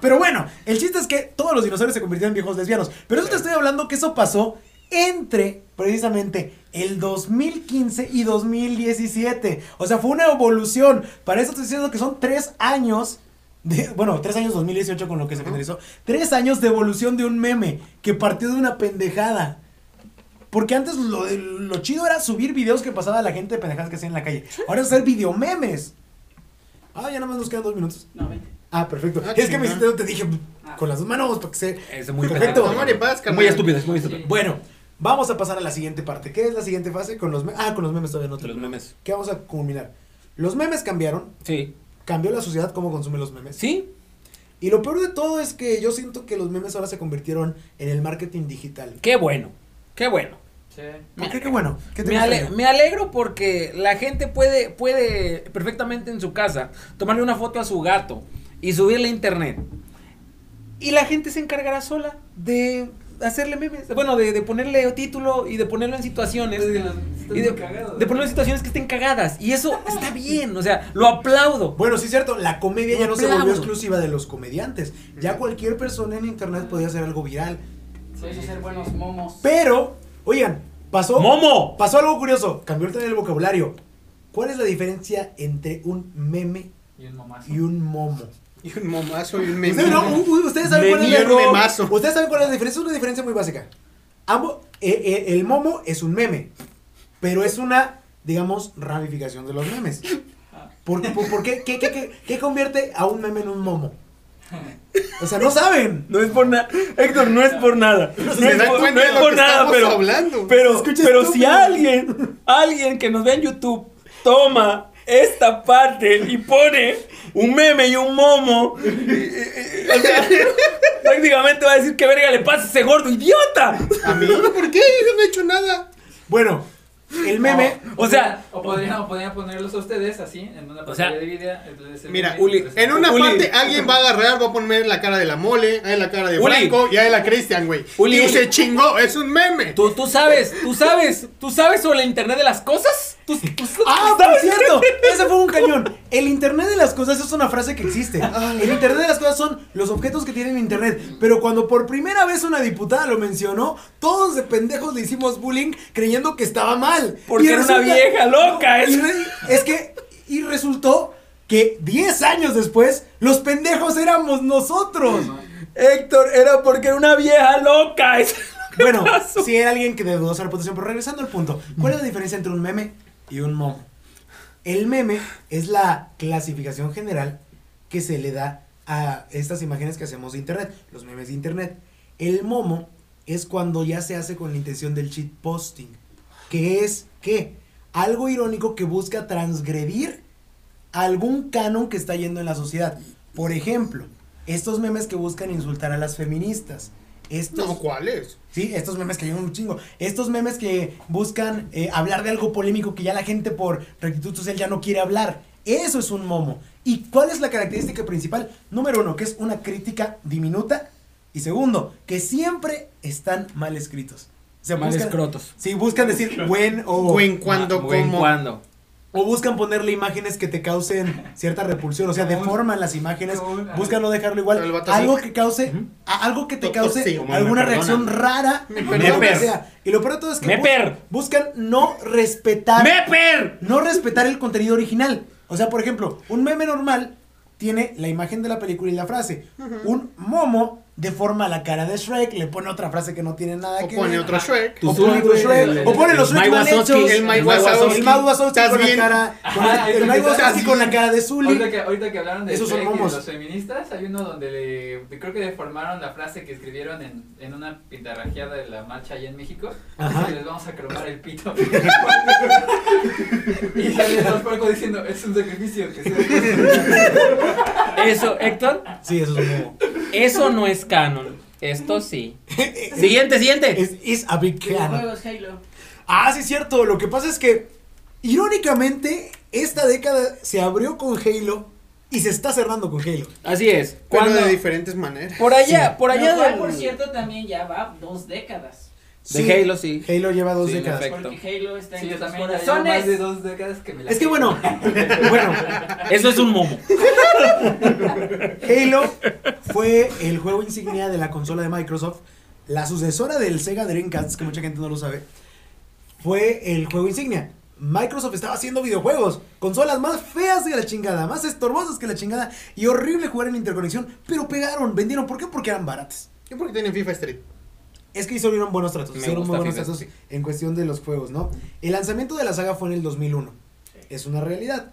S1: Pero bueno, el chiste es que todos los dinosaurios se convirtieron en viejos lesbianos. Pero eso te estoy hablando que eso pasó entre precisamente el 2015 y 2017. O sea, fue una evolución. Para eso estoy diciendo que son tres años. De, bueno, tres años 2018 con lo que se finalizó. Tres años de evolución de un meme que partió de una pendejada. Porque antes lo, lo chido era subir videos que pasaba la gente de pendejadas que hacía en la calle. Ahora es hacer videomemes. Ah, ya nada más nos quedan dos minutos.
S3: No, vente.
S1: Ah, perfecto.
S6: Ah,
S1: es que me
S6: chingón.
S1: hiciste, te dije
S2: Ah.
S1: con las dos manos para que se.
S2: Es muy
S1: Perfecto.
S2: pendejo.
S6: Amor y paz, carnal.
S2: Muy estúpido, es muy estúpido.
S1: Bueno, vamos a pasar a la siguiente parte. ¿Qué es la siguiente fase? Con los memes. Ah, con los memes todavía no
S2: De los
S1: terminamos.
S2: memes.
S1: ¿Qué vamos a culminar? Los memes cambiaron,
S2: Sí.
S1: cambió la sociedad cómo consume los memes.
S2: Sí.
S1: Y lo peor de todo es que yo siento que los memes ahora se convirtieron en el marketing digital.
S2: Qué bueno. Qué bueno.
S5: Sí.
S1: ¿Por qué? Qué bueno. ¿Qué te
S2: Me,
S1: gusta,
S2: ale-
S1: amigo?
S2: me alegro porque la gente puede, puede perfectamente en su casa tomarle una foto a su gato y subirle a internet. Y la gente se encargará sola de hacerle memes. Bueno, de, de ponerle título y de ponerlo en situaciones.
S5: Es que los- están
S2: y de,
S5: muy cagados.
S2: de ponerlo en situaciones que estén cagadas. Y eso está bien. O sea, lo aplaudo.
S1: Bueno, sí es cierto, la comedia ya no se
S2: Bravo.
S1: volvió exclusiva de los comediantes. Ya cualquier persona en internet podía hacer algo viral.
S3: Puedes hacer buenos momos.
S1: Pero, oigan, pasó.
S2: ¡Momo!
S1: Pasó algo curioso, cambió también el vocabulario. ¿Cuál es la diferencia entre un meme
S5: Y un mamazo.
S1: y un momo?
S6: Y un momazo y un
S1: Ustedes, no,
S6: meme.
S1: u- u- ustedes saben
S6: Me
S1: cuál es la
S6: niego.
S1: diferencia. Ustedes saben cuál es la diferencia. Es una diferencia muy básica. Ambos, eh, eh, el momo es un meme, pero es una, digamos, ramificación de los memes. ¿Por, por- por qué, qué, qué- qué- qué convierte a un meme en un momo? O sea, no saben.
S7: No es por nada. Héctor, no es por nada. No
S6: Se
S7: es
S6: dan
S7: por, no
S6: cuenta de
S7: es
S6: lo
S7: por
S6: que
S7: nada,
S6: estamos
S7: pero.
S6: hablando.
S7: Pero,
S1: escucha
S7: pero si
S1: estúpido.
S7: alguien, alguien que nos ve en YouTube, toma esta parte y pone un meme y un momo, eh, eh, o sea, prácticamente va a decir que verga le pasa a ese gordo idiota.
S6: ¿A mí? ¿Por qué? Yo no he hecho nada.
S1: Bueno, el meme.
S7: O sea,
S5: O podrían, o podrían ponerlos a ustedes así, en una
S7: O sea,
S5: pantalla eh, dividida. entonces el
S6: Mira,
S5: meme,
S7: Uli,
S5: entonces-
S6: En una
S7: Uli.
S6: parte alguien va a agarrar, va a poner la cara de la mole, ahí la cara de
S7: Uli.
S6: Franco y ahí la Cristian, güey.
S7: Uli.
S6: Y se chingó, es un meme.
S7: tú, tú sabes, tú sabes, tú sabes sobre el internet de las cosas. ¿Tú, tú- tú
S1: Ah, por
S7: sabes?
S1: cierto, ese fue un cañón. El Internet de las cosas es una frase que existe. El Internet de las cosas son los objetos que tienen Internet. Pero cuando por primera vez una diputada lo mencionó, todos de pendejos le hicimos bullying creyendo que estaba mal.
S7: Porque
S1: Y
S7: era una
S1: resulta-
S7: vieja loca.
S1: Y
S7: es-
S1: re- es que, y resultó que 10 años después, los pendejos éramos nosotros.
S7: Héctor, era porque era una vieja loca. es-
S1: Bueno, si era alguien que de dudosa reputación, pero regresando al punto, ¿cuál es la diferencia entre un meme y un momo? El meme es la clasificación general que se le da a estas imágenes que hacemos de internet, los memes de internet. El momo es cuando ya se hace con la intención del cheat posting, que es qué? Algo irónico que busca transgredir algún canon que está yendo en la sociedad. Por ejemplo, estos memes que buscan insultar a las feministas. Estos,
S6: No, ¿cuál es?
S1: Sí, estos memes que llevan un chingo. Estos memes que buscan eh, hablar de algo polémico que ya la gente por rectitud social ya no quiere hablar. Eso es un momo. ¿Y cuál es la característica principal? Número uno, que es una crítica diminuta. Y segundo, que siempre están mal escritos. Se
S2: Mal escrotos.
S1: Sí, buscan decir buen o...
S6: O en cuando
S2: Ma- buen
S6: como.
S2: Ah, cuando.
S1: O buscan ponerle imágenes que te causen cierta repulsión, o sea, deforman las imágenes, buscan no dejarlo
S6: Pero el
S1: igual,
S6: vato así.
S1: algo que cause, a- algo que te
S6: Doctor
S1: cause
S6: Sigmund,
S1: alguna
S6: me
S1: reacción rara,
S6: Me
S1: o
S6: perdona.
S1: lo que
S7: Meper.
S1: sea. Y lo peor de todo es que bus-
S7: Meper.
S1: buscan no respetar,
S7: ¡Meper!
S1: no respetar el contenido original. O sea, por ejemplo, un meme normal tiene la imagen de la película y la frase. Un momo deforma la cara de Shrek, le pone otra frase que no tiene nada
S6: O
S1: que
S6: pone
S1: ver.
S6: otro Shrek.
S1: O
S2: Tu
S1: pone
S2: Shrek,
S1: otro Shrek,
S2: el-
S1: o pone los
S2: el
S1: Shrek
S2: Mike
S1: mal
S2: Wazowski,
S1: hechos.
S6: el Mike
S1: Mike Wazowski.
S6: Wazowski.
S1: El Mike Wazowski
S6: ¿Estás
S1: con la
S6: bien?
S1: cara. con el-
S5: Ajá,
S1: el
S5: ahorita
S1: Mike
S5: que estás
S1: Wazowski con la
S6: bien.
S1: cara de Zully.
S5: Ahorita que, ahorita que hablaron de
S1: Esos son
S5: Shrek y de
S1: momos.
S5: los feministas, hay uno donde le, de- creo que deformaron la frase que escribieron en, en una pintarrajeada de la marcha allá en México.
S1: Ajá.
S5: Que les vamos a cromar el pito. y sale el porco diciendo, es un sacrificio que se
S2: Eso, Héctor,
S1: Sí, eso es un momo.
S2: eso no es canon. Esto sí. Siguiente, siguiente.
S1: Es is a big
S3: Los
S1: can.
S3: juegos Halo.
S1: Ah, sí, es cierto. Lo que pasa es que, irónicamente, esta década se abrió con Halo y se está cerrando con Halo.
S2: Así es.
S6: Pero
S2: Cuando
S6: de diferentes maneras.
S2: por allá, por allá
S3: Lo cual,
S2: del-
S3: por cierto, también ya va dos décadas.
S1: Sí,
S2: de Halo sí.
S1: Halo lleva dos
S2: Sí, en
S1: décadas.
S2: Perfecto.
S3: Porque Halo está
S5: Sí,
S3: en
S5: yo
S3: los
S5: también ya llevo más de
S3: corazones.
S5: dos décadas que me la
S1: Es que bueno, bueno,
S2: Eso es un momo.
S1: Halo fue el juego insignia de la consola de Microsoft, la sucesora del Sega Dreamcast, que mucha gente no lo sabe. Fue el juego insignia. Microsoft estaba haciendo videojuegos, consolas más feas que la chingada, más estorbosas que la chingada y horrible jugar en interconexión, pero pegaron, vendieron, ¿por qué? Porque eran baratas.
S6: Yo porque tienen FIFA Street.
S1: Es que hicieron buenos tratos,
S2: Me
S1: hicieron muy
S2: gusta
S1: buenos
S2: FIFA,
S1: tratos
S2: sí.
S1: en cuestión de los juegos, ¿no? El lanzamiento de la saga fue en el 2001. Es una realidad.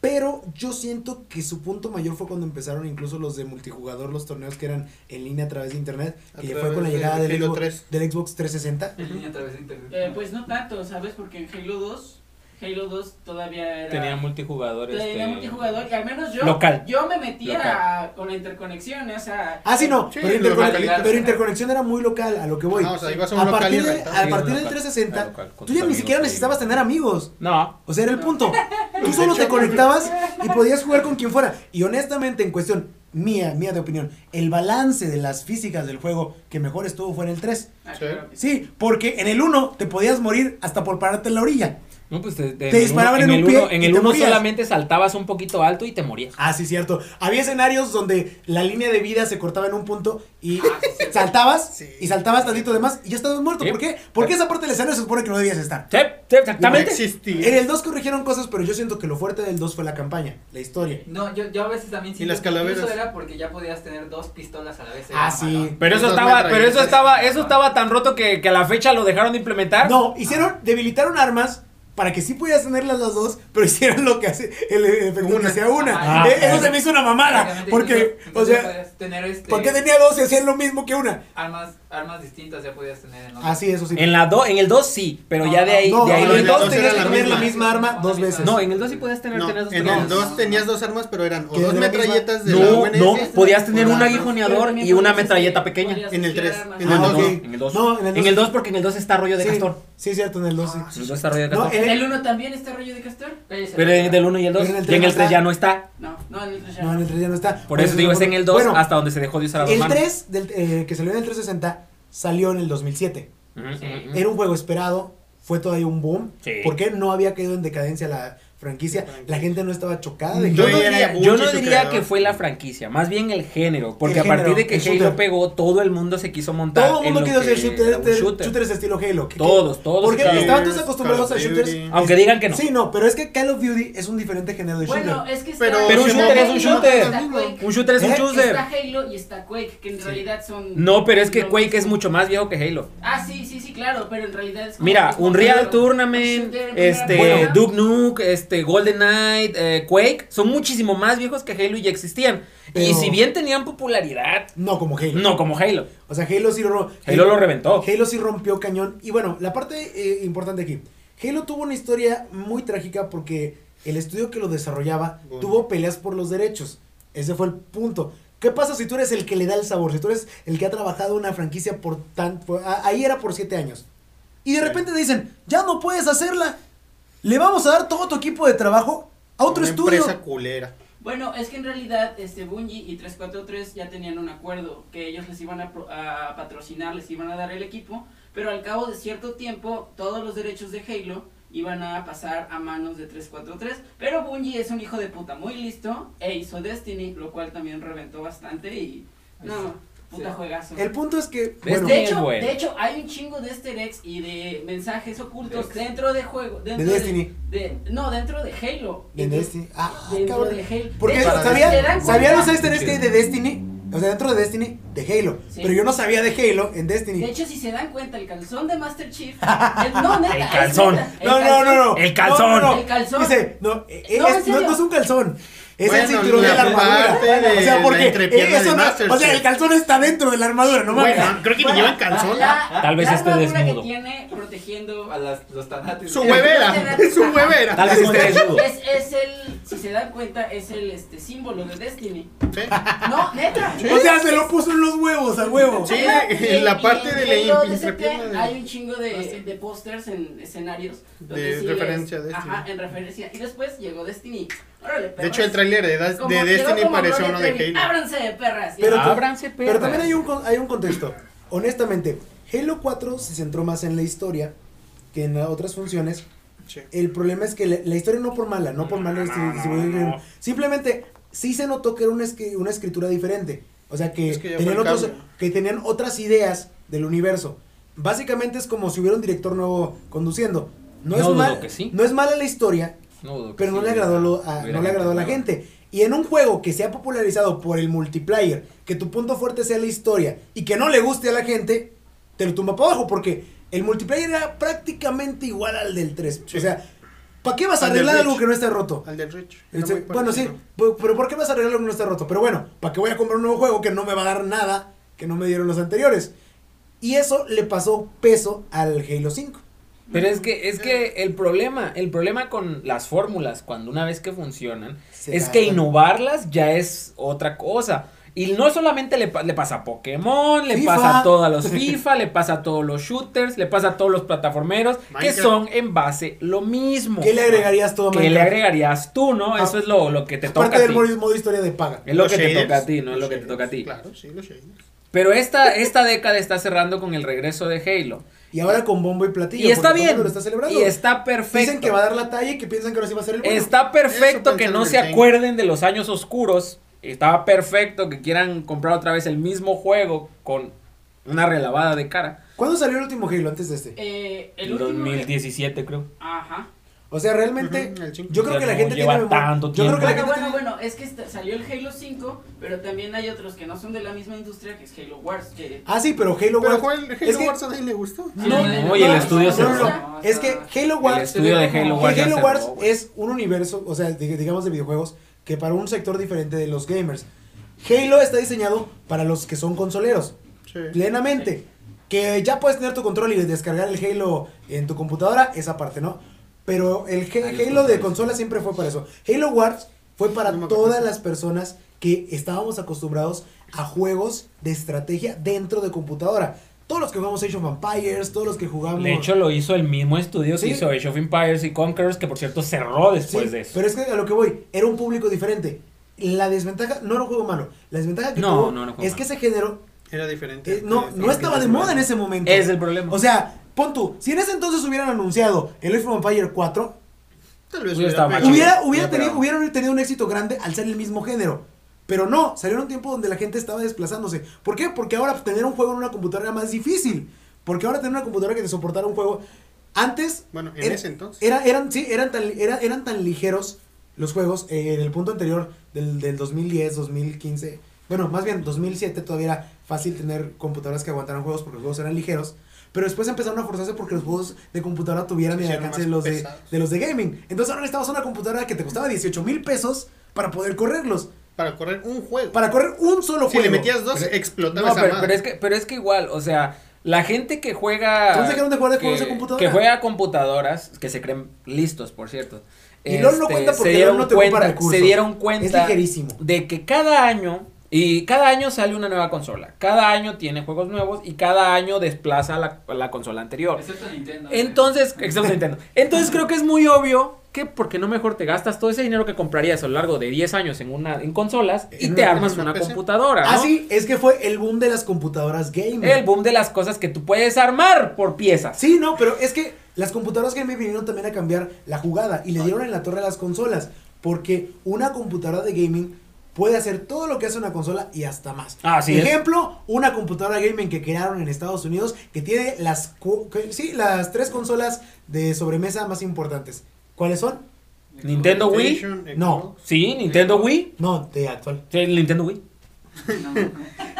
S1: Pero yo siento que su punto mayor fue cuando empezaron incluso los de multijugador, los torneos que eran en línea a través de internet,
S6: A
S1: que ya fue
S6: través
S1: con la
S6: de
S1: llegada del
S6: Halo
S1: Xbox,
S6: 3.
S1: del Xbox 360.
S5: En línea a través de internet.
S3: Eh, pues no tanto, ¿sabes? Porque en Halo 2, Halo 2 todavía era...
S2: Tenía multijugadores.
S3: tenía
S5: este,
S3: multijugador y al menos yo...
S2: Local.
S3: Yo me metía
S2: Local.
S3: a- con la interconexión, o sea...
S1: Ah, sí, no,
S6: Sí,
S1: pero,
S6: los
S1: intercone-
S6: localitos.
S1: pero interconexión era muy local, a lo que voy.
S6: Ah, o sea, ibas a un
S1: a,
S6: local y
S1: partir de-
S6: rentabas.
S1: a partir del 360, tú ya ni siquiera necesitabas tener amigos.
S2: No.
S1: O sea, era el punto. Tú solo te conectabas y podías jugar con quien fuera. Y honestamente, en cuestión mía, mía de opinión, el balance de las físicas del juego que mejor estuvo fue en el 3.
S3: Ah,
S6: Sí.
S3: claro que sí.
S1: Sí, porque en el 1 te podías morir hasta por pararte en la orilla.
S2: No, pues te,
S1: Te disparaban en un pie
S2: en
S1: y
S2: el
S1: te
S2: uno
S1: morías.
S2: solamente saltabas un poquito alto y te morías.
S1: Ah, sí, cierto. Había escenarios donde la línea de vida se cortaba en un punto y saltabas
S6: Ah, Sí.
S1: y saltabas tantito de más y ya estabas muerto.
S2: Sí.
S1: ¿Por qué? Porque esa parte del escenario se supone que no debías estar.
S2: Sí, sí,
S6: No
S2: exactamente.
S6: existía.
S1: En el 2 corrigieron cosas, pero yo siento que lo fuerte del 2 fue la campaña, la historia.
S5: No, yo, yo a veces también sí.
S6: las calaveras.
S5: Eso era porque ya podías tener dos pistolas a la vez. era
S1: Ah, sí.
S5: mamalón.
S2: Pero eso
S6: Los
S2: estaba, pero eso
S6: metralletas.
S2: estaba, eso estaba tan roto que, que a la fecha lo dejaron de implementar.
S1: No, hicieron, debilitaron armas para que sí pudieras tenerlas las dos, pero hicieron lo que hace el efecto
S6: Una.
S1: que sea una.
S5: Ah,
S1: Eh,
S2: claro.
S1: eso se me hizo una mamada.
S5: Prácticamente
S1: Porque, o
S5: incluso- incluso
S1: sea,
S5: podías tener este,
S1: ¿por qué tenía dos y hacían lo mismo que una?
S5: armas, armas distintas ya podías tener en otro.
S1: Ah, sí, eso sí.
S2: En la do, en el 2 sí, pero ya de ahí,
S1: No,
S2: de ahí
S1: en
S6: no,
S1: el
S6: no,
S1: 2
S6: no,
S1: tenías
S6: era
S1: que
S6: la
S1: tener la
S5: misma.
S1: misma arma dos veces.
S2: No, en el 2 sí podías tener,
S6: No,
S2: tener dos
S6: en
S2: pistolas.
S6: el 2 tenías dos armas, pero eran o
S1: Que
S6: dos
S1: era la misma-
S6: metralletas de la
S2: No,
S6: UNS.
S2: no, podías tener
S6: o
S2: un
S6: la-
S2: aguijoneador y una metralleta pequeña.
S3: este, Podías
S6: En el
S3: tirar
S6: tres,
S3: armas.
S6: en el
S1: Ah,
S6: dos,
S1: ok.
S6: no,
S2: en el dos.
S1: No, en el
S2: En el 2 porque en el 2 está rollo de
S1: sí,
S2: castor.
S1: Sí, cierto, en el 2 sí.
S2: En el 2 está rollo de
S1: No,
S2: castor.
S1: en
S3: En
S1: el-
S3: el 1 también está rollo de castor. Cállese la
S2: Pero eh,
S3: boca.
S2: en el 1 y el 2.
S1: Pero en el
S2: Y
S1: tres
S2: en
S1: no
S2: el 3
S1: está.
S2: ya no está.
S3: No, no, en el 3 ya.
S1: No, en el 3 ya no está.
S2: Por eso te digo, es en el 2
S1: Bueno,
S2: hasta donde se dejó de usar a dos
S1: El
S2: manos.
S1: 3 del, eh, que salió en el 360 salió en el 2007.
S2: Ujú, ujú.
S1: Era un juego esperado, fue todavía un boom.
S2: Sí.
S1: Porque no había caído en decadencia la franquicia. La gente eh, no estaba chocada de
S6: Yo
S2: Mm. Yo no
S1: que-
S6: era
S2: diría,
S6: un
S2: yo no
S6: chico
S2: diría
S6: creador.
S2: que fue la franquicia, más bien el género, porque
S1: El
S2: a partir
S1: género,
S2: de que
S1: el
S2: Halo
S1: shooter.
S2: pegó, todo el mundo se quiso montar.
S1: todo el mundo
S2: en lo
S1: quiso hacer
S2: que
S1: shooter,
S2: era un
S1: shooter-
S2: shooter.
S1: shooters estilo Halo. que- que-
S2: Todos, todos.
S1: Porque
S2: Call of
S1: estaban
S6: Duty,
S1: todos acostumbrados a
S6: Call of
S1: shooters.
S6: Duty.
S2: Aunque digan que no.
S1: Sí, no, pero es que Call of Duty es un diferente género de shooter.
S3: Bueno, es que está.
S6: Pero-
S2: Pero un
S6: Sí,
S2: shooter
S6: no,
S2: es un
S6: no,
S2: shooter.
S3: Está Quake,
S2: Un shooter es un
S1: ¿Eh?
S2: shooter.
S3: Está Halo y está Quake, que en realidad son.
S2: No, pero es que
S3: lo
S2: Quake
S3: mismo.
S2: es mucho más viejo que Halo.
S3: Ah, sí, sí, sí, claro, pero en realidad es. Pues, como
S2: Mira,
S3: el mismo
S2: Unreal
S3: género.
S2: Tournament,
S3: Shooter en primera
S2: este,
S3: persona.
S2: Duke Nuke, este, Golden Knight, eh, Quake, son muchísimo más viejos que Halo y ya existían. Y
S1: Pero-
S2: si bien tenían popularidad,
S1: No como Halo.
S2: no como Halo.
S1: O sea, Halo sí, ro-
S2: Halo lo reventó.
S1: Halo sí rompió cañón. Y bueno, la parte eh, importante aquí. Halo tuvo una historia muy trágica porque el estudio que lo desarrollaba
S6: Bueno.
S1: tuvo peleas por los derechos. Ese fue el punto. ¿Qué pasa si tú eres el que le da el sabor? Si tú eres el que ha trabajado una franquicia por tan... por- a- ahí era por siete años. Y de repente te dicen, ya no puedes hacerla. Le vamos a dar todo tu equipo de trabajo a otro
S6: Una
S1: estudio.
S6: empresa culera.
S3: Bueno, es que en realidad este Bungie y 343 ya tenían un acuerdo que ellos les iban a, pro- a patrocinar, les iban a dar el equipo, pero al cabo de cierto tiempo todos los derechos de Halo iban a pasar a manos de 343, pero Bungie es un hijo de puta muy listo e hizo Destiny, lo cual también reventó bastante y no, puta
S5: Sí.
S3: juegazo.
S1: El punto es que...
S2: Este-
S1: Bueno,
S3: de, hecho,
S2: es bueno.
S3: de hecho, hay un chingo de easter eggs y de mensajes ocultos
S5: Eggs.
S3: dentro de juego. Dentro
S1: Destiny.
S3: de- no, dentro de Halo.
S1: de
S3: Entonces,
S1: Destiny. Ah,
S3: dentro
S1: cabrón.
S3: de Halo.
S1: Porque
S3: De hecho, si se
S1: sabía,
S3: dan
S1: sabía
S3: cuenta-
S1: los easter eggs que hay de Destiny, o sea, dentro de Destiny, de Halo.
S3: Sí.
S1: Pero yo no sabía de Halo en
S3: De
S1: Destiny.
S3: hecho, si se dan cuenta, el calzón de Master Chief. el, no, neta,
S2: El
S3: es
S2: calzón.
S3: neta, el
S1: No, no,
S3: calzón.
S1: no, no.
S2: El calzón.
S1: No, no, no.
S3: El calzón.
S1: Dice, no, eh, eh,
S3: No,
S1: es-
S3: en
S1: no,
S3: serio.
S1: no es un calzón. Es
S6: Bueno,
S1: el cinturón
S6: la
S1: de la armadura.
S6: parte de
S1: o sea,
S6: la
S1: porque
S6: entrepierna
S1: eh, eso
S6: de
S1: no-
S6: Master
S1: o sea,
S6: Chief.
S1: el calzón está dentro de la armadura, no mames.
S6: Bueno, creo que ni llevan calzón.
S3: La-
S2: Tal vez
S3: la
S2: esté
S3: armadura
S2: desnudo.
S3: que tiene protegiendo.
S5: A las, los tanates.
S6: Su huevera. Su huevera. Este,
S2: Tal vez esté desnudo.
S3: Es, es el, si se dan cuenta, es el este símbolo de Destiny.
S6: Sí.
S3: No, neta.
S1: O sea, se lo puso en los huevos, a huevo.
S6: Sí,
S3: Neta,
S6: en la
S3: y
S6: parte
S3: en
S6: de la
S3: Halo DCP
S6: entrepierna de-
S3: Hay un chingo de, de pósters en escenarios. donde
S6: De
S3: sí
S6: referencia
S3: es-
S6: a Destiny.
S3: Ajá, en referencia. Y después llegó Destiny. Órale,
S6: De
S3: perras.
S6: hecho, el tráiler de, Das-
S3: Como-
S6: de
S3: llegó
S6: Destiny
S3: como
S6: pareció
S3: Gloria
S6: uno de
S3: Trevi.
S6: Halo.
S3: Ábranse, perras. Y
S1: Pero
S2: Ah.
S3: así,
S1: tú-
S2: Ábranse,
S1: Pero también
S2: perras.
S1: hay un, con- hay un contexto. Honestamente, Halo 4 se centró más en la historia que en otras funciones.
S6: Sí.
S1: El problema es que la, la historia no por mala, no por malo distribu- distribuir- Simplemente sí se notó que era una, escri- una escritura diferente. O sea que,
S6: Es que ya fue
S1: tenían
S6: el
S1: otros,
S6: cambio.
S1: que tenían otras ideas del universo. Básicamente es como si hubiera un director nuevo conduciendo. No,
S2: No
S1: es,
S2: dudo
S1: mal-
S2: que sí.
S1: no es mala la historia,
S2: No dudo que
S1: pero no
S2: sí,
S1: le agradó lo- a,
S2: hubiera
S1: no le agradó a la
S2: nueva.
S1: gente. Y en un juego que se ha popularizado por el multiplayer, que tu punto fuerte sea la historia y que no le guste a la gente, te lo tumba para abajo porque el multiplayer era prácticamente igual al del 3. O sea, ¿para qué vas a
S6: Al del
S1: arreglar algo
S6: Reach.
S1: que no está roto?
S6: Al del Rich. Era
S1: Este,
S6: muy
S1: bueno, sí,
S6: parecido.
S1: pero, pero ¿por qué vas a arreglar algo que no está roto? Pero bueno, ¿para qué voy a comprar un nuevo juego que no me va a dar nada que no me dieron los anteriores? Y eso le pasó peso al Halo 5.
S2: Pero es que, es que el problema, el problema con las fórmulas, cuando una vez que funcionan,
S1: Se
S2: es que
S1: tardan.
S2: innovarlas ya es otra cosa. Y no solamente le, pa- le pasa a Pokémon, le
S1: FIFA.
S2: pasa a todos los FIFA, le pasa a todos los shooters, le pasa a todos los plataformeros, que
S6: Minecraft.
S2: son en base lo mismo.
S1: ¿Qué le agregarías tú a
S2: ¿Qué le
S1: Minecraft?
S2: agregarías tú, no?
S1: Ah,
S2: Eso es lo, lo que te toca
S1: Parte
S2: a
S1: del
S2: ti.
S1: modo modo historia de paga.
S2: Es lo
S6: Los
S2: que te
S6: shaders,
S2: toca a ti, ¿no? Es
S6: los
S2: lo que te
S6: shaders,
S2: toca a ti.
S6: Claro, sí, los shaders.
S2: Pero esta, esta década está cerrando con el regreso de Halo.
S1: Y ahora con bombo y platillo.
S2: Y está
S1: porque todo el
S2: bien.
S1: mundo Lo está celebrando.
S2: Y está perfecto.
S1: Dicen que va a dar la talla y que piensan que ahora sí va a ser el bueno.
S2: Está perfecto
S6: Eso
S2: que
S6: pensaron
S2: no
S6: en
S2: se
S6: Kane.
S2: acuerden de los años oscuros. Estaba perfecto que quieran comprar otra vez el mismo juego con una relavada de cara.
S1: ¿Cuándo salió el último Halo antes de este?
S3: Eh, el
S7: El
S3: último.
S7: 2017 creo.
S3: Ajá.
S1: O sea, realmente
S6: Ujú, el cinco.
S1: yo creo
S7: Ya
S1: que la
S7: no
S1: gente
S7: lleva
S1: tiene memoria.
S7: tanto
S1: yo creo que la
S3: Bueno,
S1: gente
S3: bueno,
S1: tiene-
S3: bueno, es que esta- salió el Halo 5, pero también hay otros que no son de la misma industria, que es Halo Wars, que...
S1: Ah, sí, pero Halo
S6: Pero
S1: Wars.
S6: Juan, Halo
S1: Es que-
S6: Wars a nadie le gustó.
S5: Sí,
S1: No,
S5: nadie-
S2: no, y el
S5: no,
S2: estudio
S5: no,
S2: se-
S5: no, no,
S1: no,
S5: no,
S1: es
S5: o
S1: que
S5: sea,
S1: Halo
S2: El
S1: Wars
S2: estudio de Halo
S5: Como
S2: Wars.
S1: Que
S2: ya
S1: Halo
S2: cerró,
S1: Wars
S2: güey.
S1: es un universo, o sea, dig- digamos de videojuegos, que para un sector diferente de los gamers. Halo está diseñado para los que son consoleros,
S6: Sí.
S1: plenamente. Que ya puedes tener tu control y descargar el Halo en tu computadora, esa parte, ¿no? Pero el Ge-
S2: Ah,
S1: Halo
S2: los
S1: de
S2: controles.
S1: consola siempre fue para eso. Halo Wars fue para
S6: No me acuerdo.
S1: todas las personas que estábamos acostumbrados a juegos de estrategia dentro de computadora. Todos los que jugamos Age of Empires, todos los que jugamos...
S7: De hecho, lo hizo el mismo estudio
S1: eh, Sí.
S7: que hizo Age of Empires y Conquerors, que por cierto cerró
S1: Sí,
S7: después de eso.
S1: Pero es que a lo que voy, era un público diferente. La desventaja, no era un juego malo, la desventaja que
S2: No,
S1: tuvo
S2: no era un juego
S1: es que ese género
S6: Era
S1: eh,
S6: diferente.
S1: no, no estaba de moda en ese momento.
S2: Es el problema.
S1: O sea, pon tú, si en ese entonces hubieran anunciado el Age of Empire 4,
S6: Tal vez
S2: Hubiera estado más
S6: Ah, pegado.
S1: hubiera, hubiera,
S2: no,
S1: tenido,
S2: pero-
S1: hubieran tenido un éxito grande al ser el mismo género. Pero no, salió en un tiempo donde la gente estaba desplazándose. ¿Por qué? Porque ahora tener un juego en una computadora era más difícil. Porque ahora tener una computadora que te soportara un juego. Antes
S6: Bueno, en
S1: Era-
S6: ese entonces.
S1: Era- eran, sí, eran tan, era- eran tan ligeros los juegos eh, en el punto anterior del, del 2010, 2015. Bueno, más bien 2007 todavía era fácil tener computadoras que aguantaran juegos porque los juegos eran ligeros. Pero después empezaron a forzarse porque los juegos de computadora tuvieran
S6: Se
S1: el
S6: hicieron
S1: alcance
S6: más
S1: de los de,
S6: pesados.
S1: de los de gaming. Entonces ahora necesitabas una computadora que te costaba 18 mil pesos para poder correrlos.
S6: Para correr un juego.
S1: Para correr un solo
S6: si
S1: juego.
S6: le metías dos,
S2: Pero-
S6: explotaba
S2: No,
S6: esa
S2: pero,
S6: madre.
S2: pero es que, pero es que igual, o sea, la gente que juega.
S1: Entonces dejaron de jugar de
S2: que-
S1: juegos de computadora.
S2: Que juega a computadoras, que se creen listos, por cierto. este,
S1: Y LOL no cuenta porque
S2: se dieron
S1: LOL no te ocupa
S2: cuenta,
S1: recursos.
S2: Se dieron
S6: eh,
S1: es
S2: cuenta
S1: ligerísimo.
S2: de que cada año. Y cada año sale una nueva consola. Cada año tiene juegos nuevos y cada año desplaza la, la consola anterior.
S5: Excepto Nintendo.
S2: Entonces, excepto Nintendo. Entonces creo que es muy obvio que porque no mejor te gastas todo ese dinero que comprarías a lo largo de 10 años en una en consolas y
S1: En
S2: te
S1: una- Ah,
S2: armas
S6: en una
S2: una
S6: PC.
S2: computadora, ¿no?
S1: Así es que fue el boom de las computadoras gaming.
S2: El boom de las cosas que tú puedes armar por piezas.
S1: Sí, no, pero es que las computadoras gaming vinieron también a cambiar la jugada y le dieron en la torre a las consolas. Porque una computadora de gaming puede hacer todo lo que hace una consola y hasta más.
S2: Así es.
S1: Ejemplo, una computadora gaming que crearon en Estados Unidos que tiene las, cu- que- sí, las tres consolas de sobremesa más importantes. ¿Cuáles son?
S2: Nintendo Wii.
S6: PlayStation,
S1: No.
S6: Xbox.
S2: Sí, Nintendo Wii.
S1: No, de actual.
S2: Sí, el Nintendo Wii.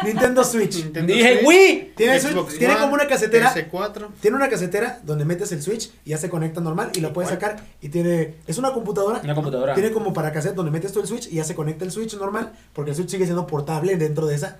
S1: Nintendo Switch.
S6: Nintendo
S2: Dije
S6: Switch,
S2: Wii.
S1: Tiene, su-
S6: Xbox
S1: tiene
S6: One,
S1: como una casetera.
S6: PS4.
S1: Tiene una casetera donde metes el Switch y ya se conecta normal y lo puedes
S6: Igual.
S1: sacar y tiene... Es una computadora.
S2: Una
S6: Ah.
S2: computadora.
S1: Tiene como para cassette donde metes tú el Switch y ya se conecta el Switch normal porque el Switch sigue siendo portable dentro de esa.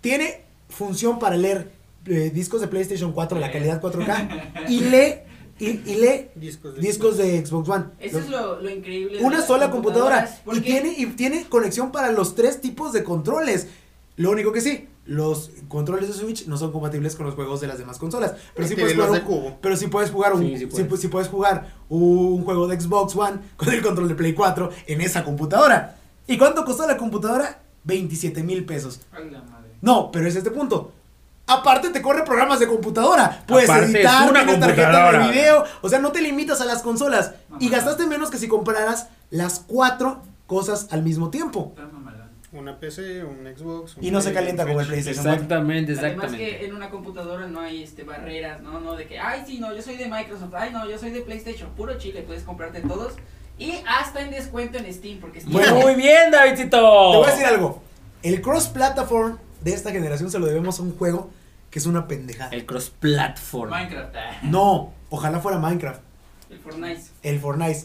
S1: Tiene función para leer eh, discos de PlayStation 4
S6: Eh.
S1: la calidad 4K y lee, y, y lee
S6: Discos de
S1: discos de Xbox One.
S3: Eso es lo, lo increíble. de
S1: Una
S3: las
S1: sola computadora.
S3: computadoras,
S1: Y
S3: porque-
S1: tiene, y tiene conexión para los tres tipos de controles. Lo único que sí, los controles de Switch no son compatibles con los juegos de las demás consolas. Pero sí
S6: Este,
S1: puedes
S6: los
S1: jugar
S6: de
S1: un-
S6: cubo.
S1: pero sí puedes jugar un,
S2: Sí, sí
S1: sí
S2: puedes.
S1: pu- sí puedes jugar un juego de Xbox One con el control de Play 4 en esa computadora. ¿Y cuánto costó la computadora? 27 mil pesos.
S5: Ay, la madre.
S1: No, pero es este punto. Aparte te corre programas de computadora. Puedes
S7: Aparte,
S1: editar,
S7: es una
S1: tienes tarjeta de
S7: computadora.
S1: video. O sea, no te limitas a las consolas. Y
S5: Ajá.
S1: gastaste menos que si compraras las cuatro cosas al mismo tiempo.
S5: Está mamalón.
S6: Una PC, un Xbox. un
S1: Y no se calienta como el PlayStation.
S2: Exactamente,
S3: Además
S2: exactamente.
S3: que en una computadora no hay este barreras, ¿no? No de que, ay, sí, no, yo soy de Microsoft, ay, no, yo soy de PlayStation, puro chile, puedes comprarte todos. Y hasta en descuento en Steam, porque Steam...
S1: Bueno,
S2: Muy bien,
S1: Te
S2: Davidcito.
S1: voy a decir algo. El cross-platform de esta generación se lo debemos a un juego que es una pendejada.
S2: El cross platform.
S5: Minecraft. ah,
S1: No, ojalá fuera Minecraft.
S3: El Fortnite.
S1: El Fortnite.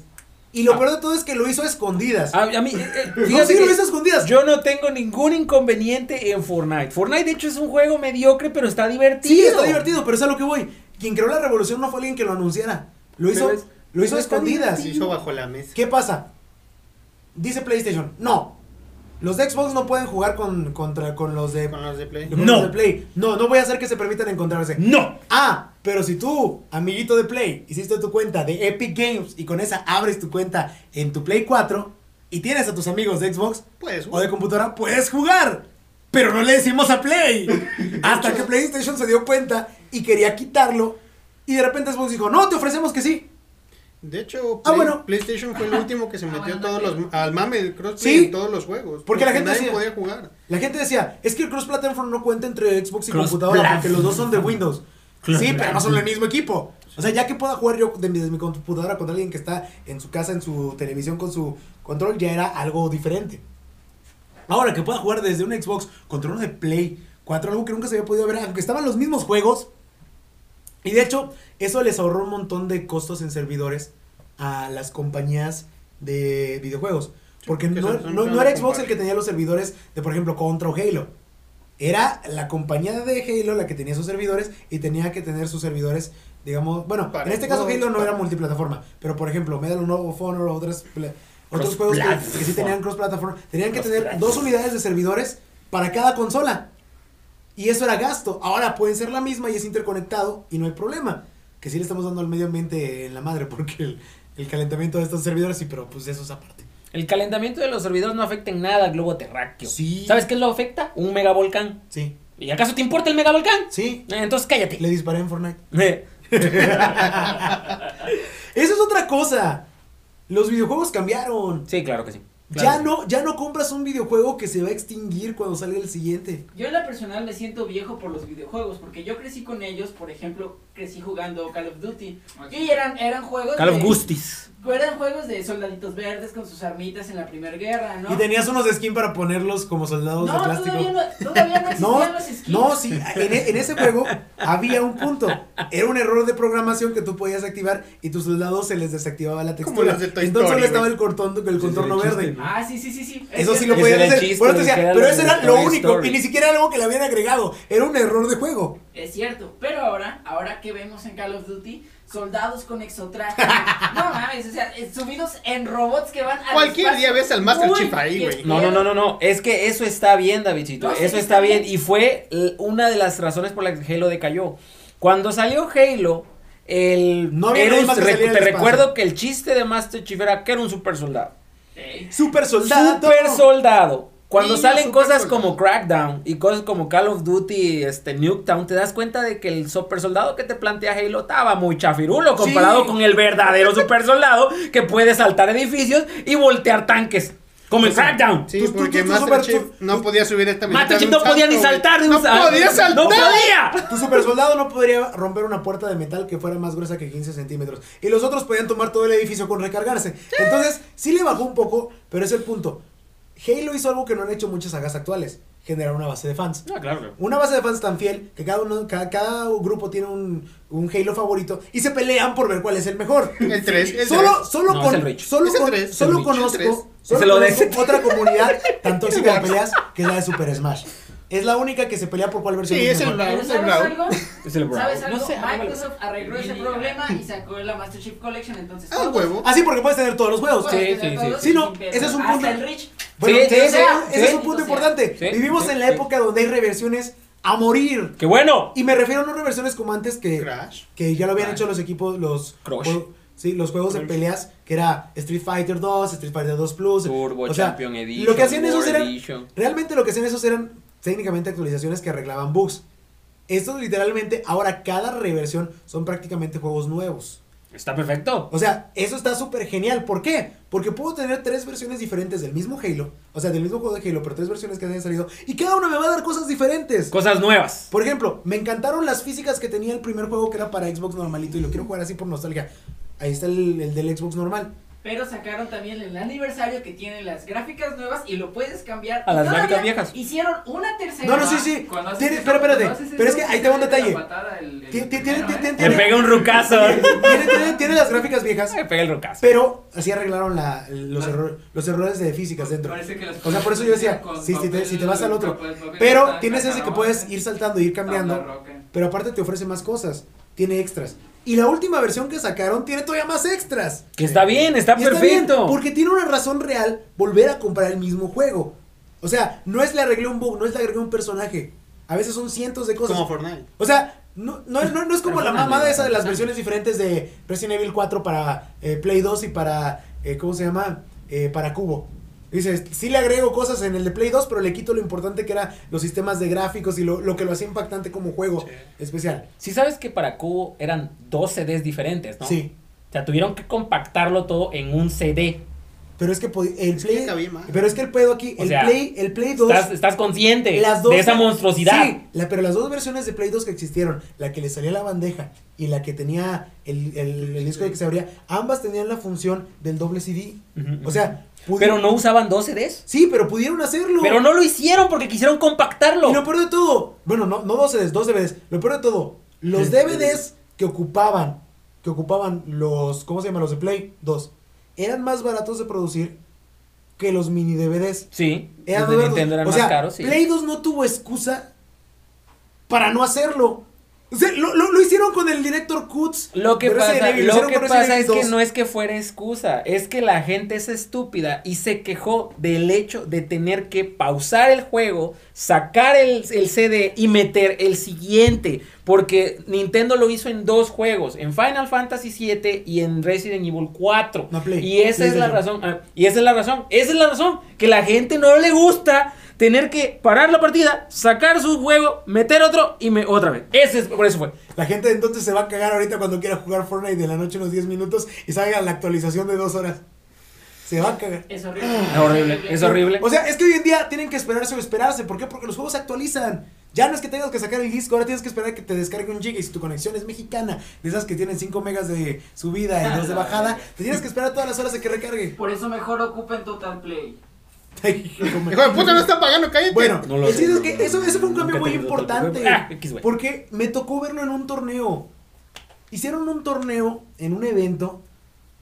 S1: Y lo
S2: Ah.
S1: peor de todo es que lo hizo a escondidas.
S2: A, a mí, eh, eh,
S1: no,
S2: fíjate
S1: sí, lo
S2: que
S1: hizo a escondidas.
S2: yo no tengo ningún inconveniente en Fortnite. Fortnite, de hecho, es un juego mediocre, pero está divertido.
S1: Sí, está divertido, pero es a lo que voy. Quien creó la revolución no fue alguien que lo anunciara. Lo hizo,
S2: Pero es-
S1: lo hizo
S2: pero
S1: a
S2: está
S1: escondidas.
S6: Se hizo bajo la mesa.
S1: ¿Qué pasa? Dice PlayStation, no. Los de Xbox no pueden jugar con, contra, con los de,
S6: Con los de Play.
S1: con
S7: No.
S1: los de Play. No, no voy a hacer que se permitan encontrarse.
S7: ¡No!
S1: Ah, pero si tú, amiguito de Play, hiciste tu cuenta de Epic Games y con esa abres tu cuenta en tu Play 4 y tienes a tus amigos de Xbox
S6: Pues,
S1: o de computadora, puedes jugar. pero no le decimos a Play. Hasta que PlayStation se dio cuenta y quería quitarlo. Y de repente Xbox dijo, no, te ofrecemos que sí.
S6: De hecho,
S1: Ah,
S6: Play-
S1: bueno. Ah,
S6: PlayStation fue el último que se metió
S5: bueno,
S6: todos
S5: también.
S6: los, al mame del crossplay
S1: Sí.
S6: en todos los juegos.
S1: Porque la gente
S6: nadie
S1: decía-
S6: podía jugar.
S1: La gente decía, es que el cross platform no cuenta entre Xbox y
S7: Cross
S1: computadora porque
S7: platform.
S1: los dos son de Windows.
S7: Cross
S1: sí, pero no son
S7: platform.
S1: el mismo equipo. O sea, ya que pueda jugar yo de mi, de mi computadora contra alguien que está en su casa, en su televisión, con su control, ya era algo diferente. Ahora que pueda jugar desde un Xbox contra uno de Play 4, algo que nunca se había podido ver, aunque estaban los mismos juegos. Y de hecho, eso les ahorró un montón de costos en servidores a las compañías de videojuegos. Porque
S6: porque
S1: no,
S6: Samsung
S1: no-
S6: no
S1: no
S6: la
S1: era Xbox
S6: comparte.
S1: el que tenía los servidores de, por ejemplo, Contra o Halo. Era la compañía de Halo la que tenía sus servidores y tenía que tener sus servidores, digamos, bueno,
S6: Para
S1: en este caso
S6: todos,
S1: Halo no
S6: para-
S1: era multiplataforma, pero por ejemplo, Medal of Honor- of Honor o otras pla- otros juegos que, que sí
S7: Cross-platform.
S1: tenían cross-plataforma, tenían que tener
S7: Cross-platform.
S1: dos unidades de servidores para cada consola. Y eso era gasto. Ahora pueden ser la misma y es interconectado y no hay problema. Que sí le estamos dando al medio ambiente en la madre porque el, el calentamiento de estos servidores sí, pero pues eso es aparte.
S2: El calentamiento de los servidores no afecta en nada al globo terráqueo.
S1: Sí.
S2: ¿Sabes qué lo afecta? Un megavolcán.
S1: Sí,
S2: ¿Y acaso te importa el megavolcán?
S1: sí.
S2: Eh, Entonces cállate.
S1: Le disparé en Fortnite.
S2: Eh,
S1: Eso es otra cosa. Los videojuegos cambiaron.
S2: Sí, claro que sí. Claro
S1: Ya
S2: que
S1: no, ya no compras un videojuego que se va a extinguir cuando salga el siguiente.
S3: Yo en la personal me siento viejo por los videojuegos, porque yo crecí con ellos, por ejemplo, crecí jugando Call of Duty. Y eran, eran
S2: sí.
S3: juegos
S2: Call of
S3: de-
S2: Gustis.
S3: Eran juegos de soldaditos verdes con sus armitas en la primera guerra, ¿no?
S1: Y tenías unos de skin para ponerlos como soldados de
S3: no,
S1: plástico.
S3: todavía no, todavía no
S1: No,
S3: existían los skins.
S1: no, sí, en, e- en ese juego había un punto. Era un error de programación que tú podías activar y tus soldados se les desactivaba la
S6: Como
S1: textura.
S6: las de Toy
S1: Entonces
S6: Story,
S1: solo estaba
S6: güey.
S1: el, cortón, el contorno
S7: chiste,
S1: verde.
S7: ¿no?
S3: Ah, sí, sí, sí, sí.
S1: Eso
S3: Es
S1: sí lo
S3: cierto.
S1: podían
S2: Ese era el
S1: hacer.
S2: chiste,
S1: Por eso te
S2: güey, que
S1: decía,
S2: era
S1: pero
S2: la
S1: eso
S2: de
S1: era lo
S2: Toy
S1: único.
S2: Story.
S1: Y ni siquiera era algo que le habían agregado. Era un error de juego.
S3: Es cierto, pero ahora, ahora que vemos en Call of Duty, soldados con exotrajes. no mames, o sea, eh, subidos en robots que van a.
S6: Cualquier día ves al Master Chief ahí, güey.
S2: No, no, no, no, no. Es que eso está bien, Davidcito.
S3: No, sí,
S2: eso
S3: sí,
S2: está
S3: está
S2: bien.
S3: bien.
S2: Y fue l- una de las razones por las que Halo decayó. Cuando salió Halo, el.
S1: No había
S2: era
S1: nadie
S2: un-
S1: más que
S2: rec-
S1: saliera
S2: te
S1: del espacio.
S2: recuerdo que el chiste de Master Chief era que era un super soldado.
S1: Super soldado.
S2: Super soldado. Cuando
S6: Niño
S2: salen
S6: super
S2: cosas
S6: soldado.
S2: como Crackdown y cosas como Call of Duty, este Nuketown, te das cuenta de que el super soldado que te plantea Halo estaba muy chafirulo comparado
S1: Sí.
S2: con el verdadero super soldado que puede saltar edificios y voltear tanques. Como en Crackdown.
S6: Sí,
S1: Tú- tú-
S6: porque
S1: tú- tú
S6: Master
S1: super-
S6: Chief
S1: tú-
S6: no podía subir esta
S2: Master
S6: habilidad
S2: Chief
S6: de
S2: no
S6: un
S2: podía ni
S6: salto, güey.
S2: saltar de un
S6: No
S2: sal-
S6: podía saltar.
S2: No podía.
S1: Tu super soldado no podría romper una puerta de metal que fuera más gruesa que 15 centímetros. Y los otros podían tomar todo el edificio con recargarse. Entonces, sí le bajó un poco, pero es el punto. Halo hizo algo que no han hecho muchas sagas actuales: generar una base de fans.
S6: Ah,
S2: No, claro.
S1: Una base de fans tan fiel que cada uno, cada, cada grupo tiene un, un Halo favorito y se pelean por ver cuál es el mejor.
S6: El 3, el
S1: Solo, solo
S2: No, es el
S1: con,
S2: Rich.
S1: solo
S6: Es el
S1: con-
S6: tres, es
S1: solo
S6: el Rich,
S1: conozco,
S6: el tres.
S1: solo
S2: Se lo
S1: conozco
S2: des.
S1: otra comunidad tan tóxica de peleas que es la de Super Smash. Es la única que se pelea por cuál versión
S6: Sí, es el
S1: mejor.
S6: Bravo,
S3: Pero
S6: es el
S3: ¿Sabes
S6: Bravo.
S3: algo?
S2: Es el
S3: ¿Sabes algo?
S2: No sé,
S3: Microsoft arregló ese problema y sacó la Master Chief Collection. Entonces,
S6: Ah,
S3: todos
S6: huevo.
S1: Ah, sí, porque puedes tener todos los juegos.
S3: pueden
S2: Sí,
S3: tener
S2: sí,
S3: todos
S1: sí. Sí, no,
S3: sin
S1: ese es un
S3: pedos.
S1: punto.
S3: Hasta el Rich.
S1: Bueno,
S2: Sí,
S1: ese,
S2: sí,
S1: ese
S2: sí,
S1: es
S2: sí.
S1: un punto importante.
S2: Sí,
S1: Vivimos
S2: sí,
S1: en la
S2: sí.
S1: época donde hay reversiones a morir.
S2: Qué bueno.
S1: Y me refiero no reversiones como antes que...
S6: Crash.
S1: que ya lo habían
S2: Ah.
S1: hecho los equipos, los
S2: Crush.
S1: jue- sí, los juegos de
S2: Crush.
S1: peleas que era Street Fighter 2, Street Fighter 2 Plus,
S2: Turbo
S1: o sea,
S2: Champion Edition.
S1: lo que hacían esos
S2: War
S1: eran-
S2: Edition.
S1: realmente lo que hacían esos eran técnicamente actualizaciones que arreglaban bugs. Estos literalmente ahora cada reversión son prácticamente juegos nuevos.
S2: Está perfecto.
S1: O sea, eso está súper genial. ¿Por qué? Porque puedo tener tres versiones diferentes del mismo Halo, o sea, del mismo juego de Halo, pero tres versiones que hayan salido y cada una me va a dar cosas diferentes.
S2: Cosas nuevas.
S1: Por ejemplo, me encantaron las físicas que tenía el primer juego que era para Xbox normalito y lo quiero jugar así por nostalgia. Ahí está el, el del Xbox normal.
S3: Pero sacaron también el aniversario que tiene las gráficas nuevas y lo puedes cambiar.
S2: A
S3: Y
S2: las gráficas
S3: todavía
S2: viejas.
S3: Hicieron una tercera.
S1: No, no, sí, sí. Tiene- pero espérate, pero es que ahí te va un detalle. Ti- ti- tiene- ti-
S5: Tiene
S1: tiene-
S2: Le pega un rucazo.
S1: Tiene, tiene- tiene las gráficas viejas,
S2: Le pega el rucazo.
S1: pero así arreglaron la- los, erro- los errores de físicas dentro. O sea, por eso yo decía, sí, si te- si te vas al otro. Pero tienes ese que puedes ir saltando, ir cambiando, pero aparte te ofrece más cosas, tiene extras. Y la última versión que sacaron tiene todavía más extras.
S2: Que está bien, está
S1: Y está bien,
S2: perfecto.
S1: porque tiene una razón real volver a comprar el mismo juego. O sea, no es le arreglé un bug, no es le agregué un personaje. A veces son cientos de cosas.
S6: Como Fortnite.
S1: O sea, no, no, es- no- no es como
S2: Pero
S1: la
S2: no, no,
S1: mamada
S2: no,
S1: esa de
S2: no.
S1: las versiones diferentes de Resident Evil 4 para eh, Play 2 y para, eh, ¿cómo se llama? Eh, para Cubo. Dices, sí le agrego cosas en el de Play 2, pero le quito lo importante que era los sistemas de gráficos y lo, lo que lo hacía impactante como juego especial.
S2: Si sabes que para Cubo eran dos CDs diferentes, ¿no?
S1: Sí.
S2: O sea, tuvieron que compactarlo todo en un CD.
S1: Pero es que podi- el
S6: Es que
S1: Play.
S6: cabía más.
S1: pero es que el pedo aquí,
S2: O
S1: el
S2: sea,
S1: Play, el Play 2.
S2: ¿Estás, estás consciente
S1: las dos-
S2: de esa monstruosidad?
S1: Sí, la- pero las dos versiones de Play 2 que existieron, la que le salía la bandeja y la que tenía el, el- el disco que se abría, ambas tenían la función del doble CD.
S2: Ujú,
S1: O sea, pudi-
S2: Pero no usaban dos CDs.
S1: Sí, pero pudieron hacerlo.
S2: Pero no lo hicieron porque quisieron compactarlo.
S1: Y lo peor de todo, bueno, no, no dos CDs, dos DVDs. Lo peor de todo, los DVDs que ocupaban, que ocupaban los, ¿cómo se llama? Los de Play 2, eran más baratos de producir que los mini DVDs.
S2: Sí.
S1: Eran más
S2: los de
S1: baratos.
S2: Nintendo eran
S1: Eh, o
S2: más
S1: sea,
S2: caros, sí.
S1: Play 2 no tuvo excusa para no hacerlo. O sea, lo, lo- lo hicieron con el director Kutz.
S2: Lo que
S1: pero ese
S2: pasa,
S1: Evil,
S2: lo
S1: hicieron
S2: que
S1: con Resident
S2: pasa
S1: Evil
S2: es que
S1: 2.
S2: no es que fuera excusa, es que la gente es estúpida y se quejó del hecho de tener que pausar el juego, sacar el, el CD y meter el siguiente, porque Nintendo lo hizo en dos juegos, en Final Fantasy VII y en Resident Evil 4.
S1: No, Play.
S2: Y esa es la
S1: PlayStation.
S2: razón, ah, y esa es la razón, esa es la razón, que la gente no le gusta tener que parar la partida, sacar su juego, meter otro y me, otra vez. Ese es, por eso fue.
S1: La gente entonces se va a cagar ahorita cuando quiera jugar Fortnite de la noche unos 10 minutos y salga la actualización de dos horas. Se va a cagar.
S3: Es horrible.
S2: Es horrible, es horrible.
S1: O sea, es que hoy en día tienen que esperarse o esperarse. ¿Por qué? Porque los juegos se actualizan. Ya no es que tengas que sacar el disco, ahora tienes que esperar que te descargue un giga. Y si tu conexión es mexicana, de esas que tienen 5 megas de subida y 2 de bajada, te tienes que esperar todas las horas de que recargue.
S3: Por eso mejor ocupen Total Play.
S1: Ay, hijo de-
S6: Hijo de puta, no está pagando, cállate.
S1: Bueno,
S2: No lo
S1: el
S2: sé,
S1: chiste
S2: no,
S1: es que
S2: no,
S1: eso, eso fue un cambio
S2: nunca he
S1: muy
S2: tenido tanto
S1: importante.
S2: juego. Ah, X, güey.
S1: porque me tocó verlo en un torneo. Hicieron un torneo en un evento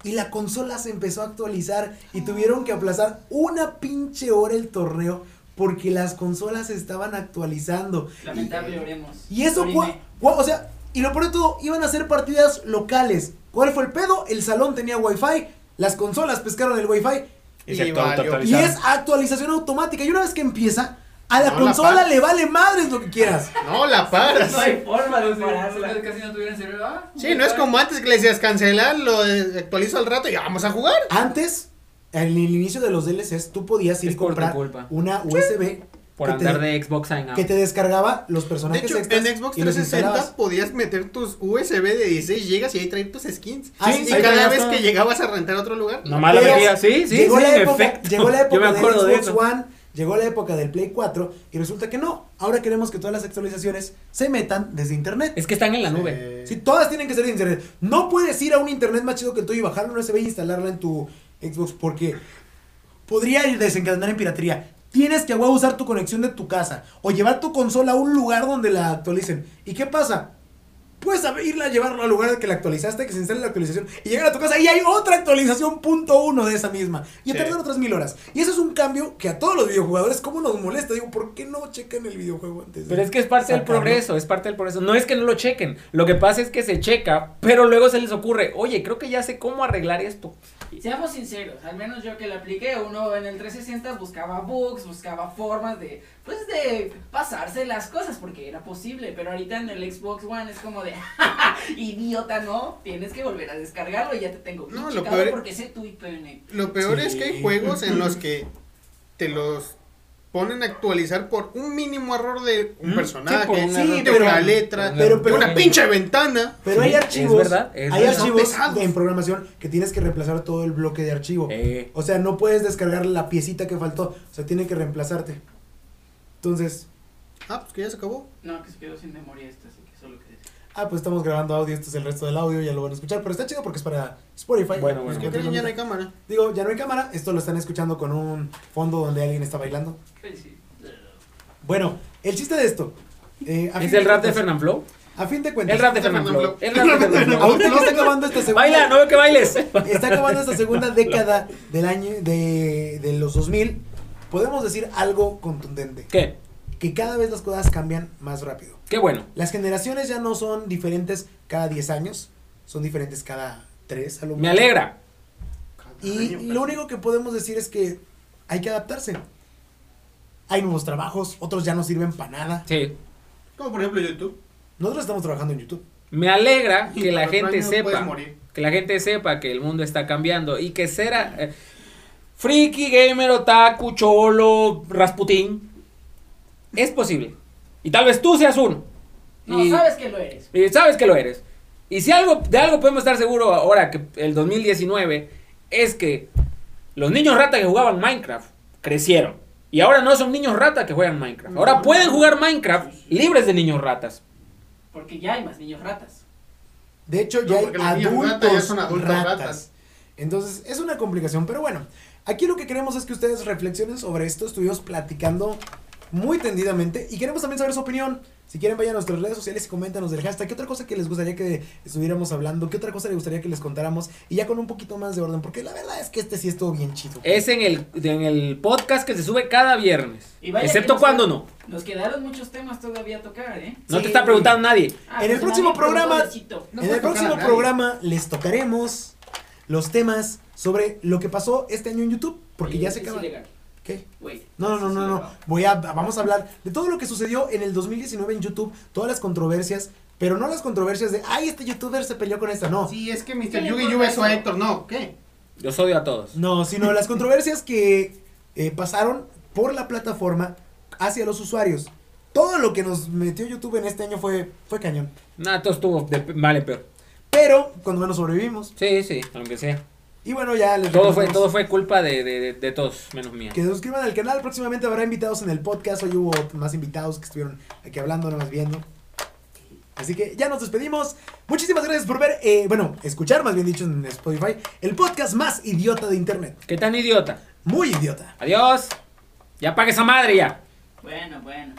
S1: y la consola se empezó a actualizar y tuvieron que aplazar una pinche hora el torneo porque las consolas se estaban actualizando.
S3: Lamentable, oremos.
S1: Y eso,
S3: Orine.
S1: cua- cua- o sea, y lo peor de todo, iban a ser partidas locales. ¿Cuál fue el pedo? El salón tenía wifi, las consolas pescaron el wifi
S6: Y
S7: Y se
S6: valió.
S1: y
S7: autoactualizaron.
S1: es actualización automática. Y una vez que empieza, a la
S6: No, la
S1: consola
S6: pagas.
S1: le vale madres lo que quieras.
S6: No la paras.
S3: No hay forma de
S5: Entonces,
S3: pararla.
S5: casi no tuvieran cerebro. Ah,
S6: Sí, no es como antes que le decías cancelar, lo eh, actualizo al rato y vamos a jugar.
S1: Antes, en el inicio de los DLCs, tú podías ir
S2: Es
S1: a
S2: por tu
S1: comprar
S2: culpa. Ah.
S1: una USB
S2: Por
S1: que te-
S2: andar de Xbox en
S1: que te descargaba los
S6: De
S1: personajes
S6: hecho, en
S1: extras
S6: Xbox
S1: y los
S6: 360
S1: instalabas.
S6: podías meter tus USB de 16 GB y ahí traer tus skins.
S1: Ah, sí,
S6: y
S1: sí,
S6: cada
S2: ahí
S6: vez
S2: está.
S6: que llegabas a rentar a otro lugar.
S2: Nomás la
S1: Pero
S2: metía, sí, sí,
S1: llegó,
S2: sí,
S1: la
S2: en
S1: época,
S2: efecto.
S1: llegó la
S2: Yo me
S1: época
S2: acuerdo de
S1: de Xbox
S2: eso.
S1: One, llegó la época del Play 4 y resulta que no. Ahora queremos que todas las actualizaciones se metan desde internet.
S2: Es que están en la nube.
S1: Si todas tienen que ser de internet. No puedes ir a un internet más chido que el tuyo y bajar una USB y instalarla en tu Xbox porque podría desencadenar en piratería. Tienes que a huevo, usar tu conexión de tu casa o llevar tu consola a un lugar donde la actualicen. ¿Y qué pasa? Puedes a- irla a llevarla al lugar al que la actualizaste, que se instale la actualización y llegar a tu casa y hay otra actualización punto uno de esa misma. Y
S6: Sí.
S1: tardar otras mil horas. Y eso es un cambio que a todos los videojugadores, ¿cómo nos molesta? Digo, ¿por qué no checan el videojuego antes? de-
S2: Pero es que es parte del
S1: sacarlo?
S2: progreso, es parte del progreso. No es que no lo chequen, lo que pasa es que se checa, pero luego se les ocurre, oye, creo que ya sé cómo arreglar esto.
S3: Seamos sinceros, al menos yo que la apliqué, uno en el 360 buscaba bugs, buscaba formas de, pues de pasarse las cosas porque era posible, pero ahorita en el Xbox One es como de, idiota, no, tienes que volver a descargarlo y ya te tengo
S6: No,
S3: pinche
S6: lo
S3: cabo
S6: peor-
S3: porque sé tu IPN.
S6: Lo peor
S1: Sí.
S6: es que hay juegos en los que te los ponen a actualizar por un mínimo error de un
S2: Mm,
S6: personaje,
S2: sí, por un
S6: de
S1: error.
S6: una letra,
S2: Por un
S6: de
S1: error. Pero-
S6: una
S2: pero- eh,
S6: pinche ventana.
S1: Pero
S2: Sí,
S1: hay
S2: es
S1: archivos,
S2: verdad, es
S1: hay
S2: verdad.
S1: archivos
S6: Son pesados.
S1: en programación que tienes que reemplazar todo el bloque de archivo.
S2: Eh,
S1: O sea, no puedes descargar la piecita que faltó, o sea, tiene que reemplazarte. Entonces,
S6: Ah, pues que ya se acabó.
S3: No, que se quedó sin memoria esta, así que solo que...
S1: ah, pues estamos grabando audio, este es el resto del audio, ya lo van a escuchar, pero está chido porque es para Spotify.
S2: Bueno,
S1: Pues
S2: bueno.
S1: que
S6: Que
S1: tengan-
S6: ya no hay cámara.
S1: Digo, ya no hay cámara, esto lo están escuchando con un fondo donde alguien está bailando. Bueno, el chiste de esto. eh, a fin
S2: ¿Es
S1: de
S2: el rap de
S1: cuentas-
S2: Fernanfloo?
S1: A fin de cuentas.
S2: El rap de Fernanfloo. El rap de Fernanfloo.
S1: Ahorita que está acabando este esta segunda.
S2: Baila, no veo que bailes.
S1: está acabando esta segunda década del año de, de los 2000, podemos decir algo contundente,
S2: ¿Qué?
S1: que cada vez las cosas cambian más rápido.
S2: Qué bueno.
S1: Las generaciones ya no son diferentes cada 10 años, son diferentes cada 3 a lo
S2: Me
S1: mucho.
S2: alegra.
S1: Y lo único que podemos decir es que hay que adaptarse. Hay nuevos trabajos, otros ya no sirven para nada.
S2: Sí.
S6: Como por ejemplo YouTube.
S1: Nosotros estamos trabajando en YouTube.
S2: Me alegra
S6: Y
S2: que la
S6: para otro
S2: gente
S6: año puedes
S2: sepa.
S6: morir.
S2: Que la gente sepa que el mundo está cambiando y que será. eh, Friki, gamer, otaku, cholo, rasputín. Es posible. Y tal vez tú seas uno.
S3: No,
S2: Y-
S3: sabes que lo eres.
S2: y sabes que lo eres. Y si algo, de algo podemos estar seguros ahora que el 2019 es que los niños rata que jugaban Minecraft crecieron. Y ahora no son niños rata que juegan Minecraft. Ahora pueden jugar Minecraft libres de niños ratas.
S3: Porque ya hay más niños ratas.
S1: De hecho,
S8: No,
S1: ya hay
S8: porque las niñas
S1: adultos
S8: ratas ya son adultas
S1: ratas.
S8: ratas.
S1: Entonces, es una complicación, pero bueno. Aquí lo que queremos es que ustedes reflexionen sobre esto. Estuvimos platicando muy tendidamente y queremos también saber su opinión. Si quieren, vayan a nuestras redes sociales y coméntanos del hashtag. ¿Qué otra cosa que les gustaría que estuviéramos hablando? ¿Qué otra cosa les gustaría que les contáramos? Y ya con un poquito más de orden, porque la verdad es que este sí estuvo bien chido.
S2: Es en el, en el podcast que se sube cada viernes.
S3: Y vaya que
S2: Excepto
S3: nos-
S2: cuando no.
S3: Nos quedaron muchos temas todavía a tocar, ¿eh?
S2: No
S1: Sí.
S2: te está preguntando nadie.
S3: Ah,
S1: En el
S3: pues
S1: próximo
S3: nadie preguntó
S1: programa-
S3: de Chito.
S8: No
S1: en
S8: puede
S1: el
S8: tocar a
S1: próximo
S8: nadie.
S1: programa les tocaremos los temas sobre lo que pasó este año en YouTube, porque ya se
S3: Es
S1: acaba.
S3: ilegal.
S1: ¿Qué?
S3: Güey,
S1: No, no, no,
S3: es
S1: no, no.
S3: ilegal.
S1: Voy a, vamos a hablar de todo lo que sucedió en el 2019 en YouTube, todas las controversias, pero no las controversias de, ay, este youtuber se peleó con esta, no.
S6: Sí, es que
S3: ¿Qué
S6: Mr.
S3: le
S6: Yugi
S3: importa
S6: yo besó a
S3: eso?
S6: Héctor, no, ¿qué?
S2: Los odio a todos.
S1: No, sino las controversias que eh, pasaron por la plataforma hacia los usuarios. Todo lo que nos metió YouTube en este año fue, fue cañón.
S2: Nada, todo estuvo de pe- mal en peor.
S1: Pero, cuando menos sobrevivimos.
S2: Sí, sí, aunque sea.
S1: Y bueno, ya les
S2: Todo fue,
S1: recordamos
S2: todo fue culpa de, de- de- de todos, menos mía.
S1: Que se suscriban al canal, próximamente habrá invitados en el podcast. Hoy hubo más invitados que estuvieron aquí hablando, nada más viendo. Así que ya nos despedimos. Muchísimas gracias por ver, eh, bueno, escuchar más bien dicho en Spotify, el podcast más idiota de internet.
S2: ¿Qué tan idiota?
S1: Muy idiota.
S2: Adiós. Ya pague esa madre ya.
S3: Bueno, bueno.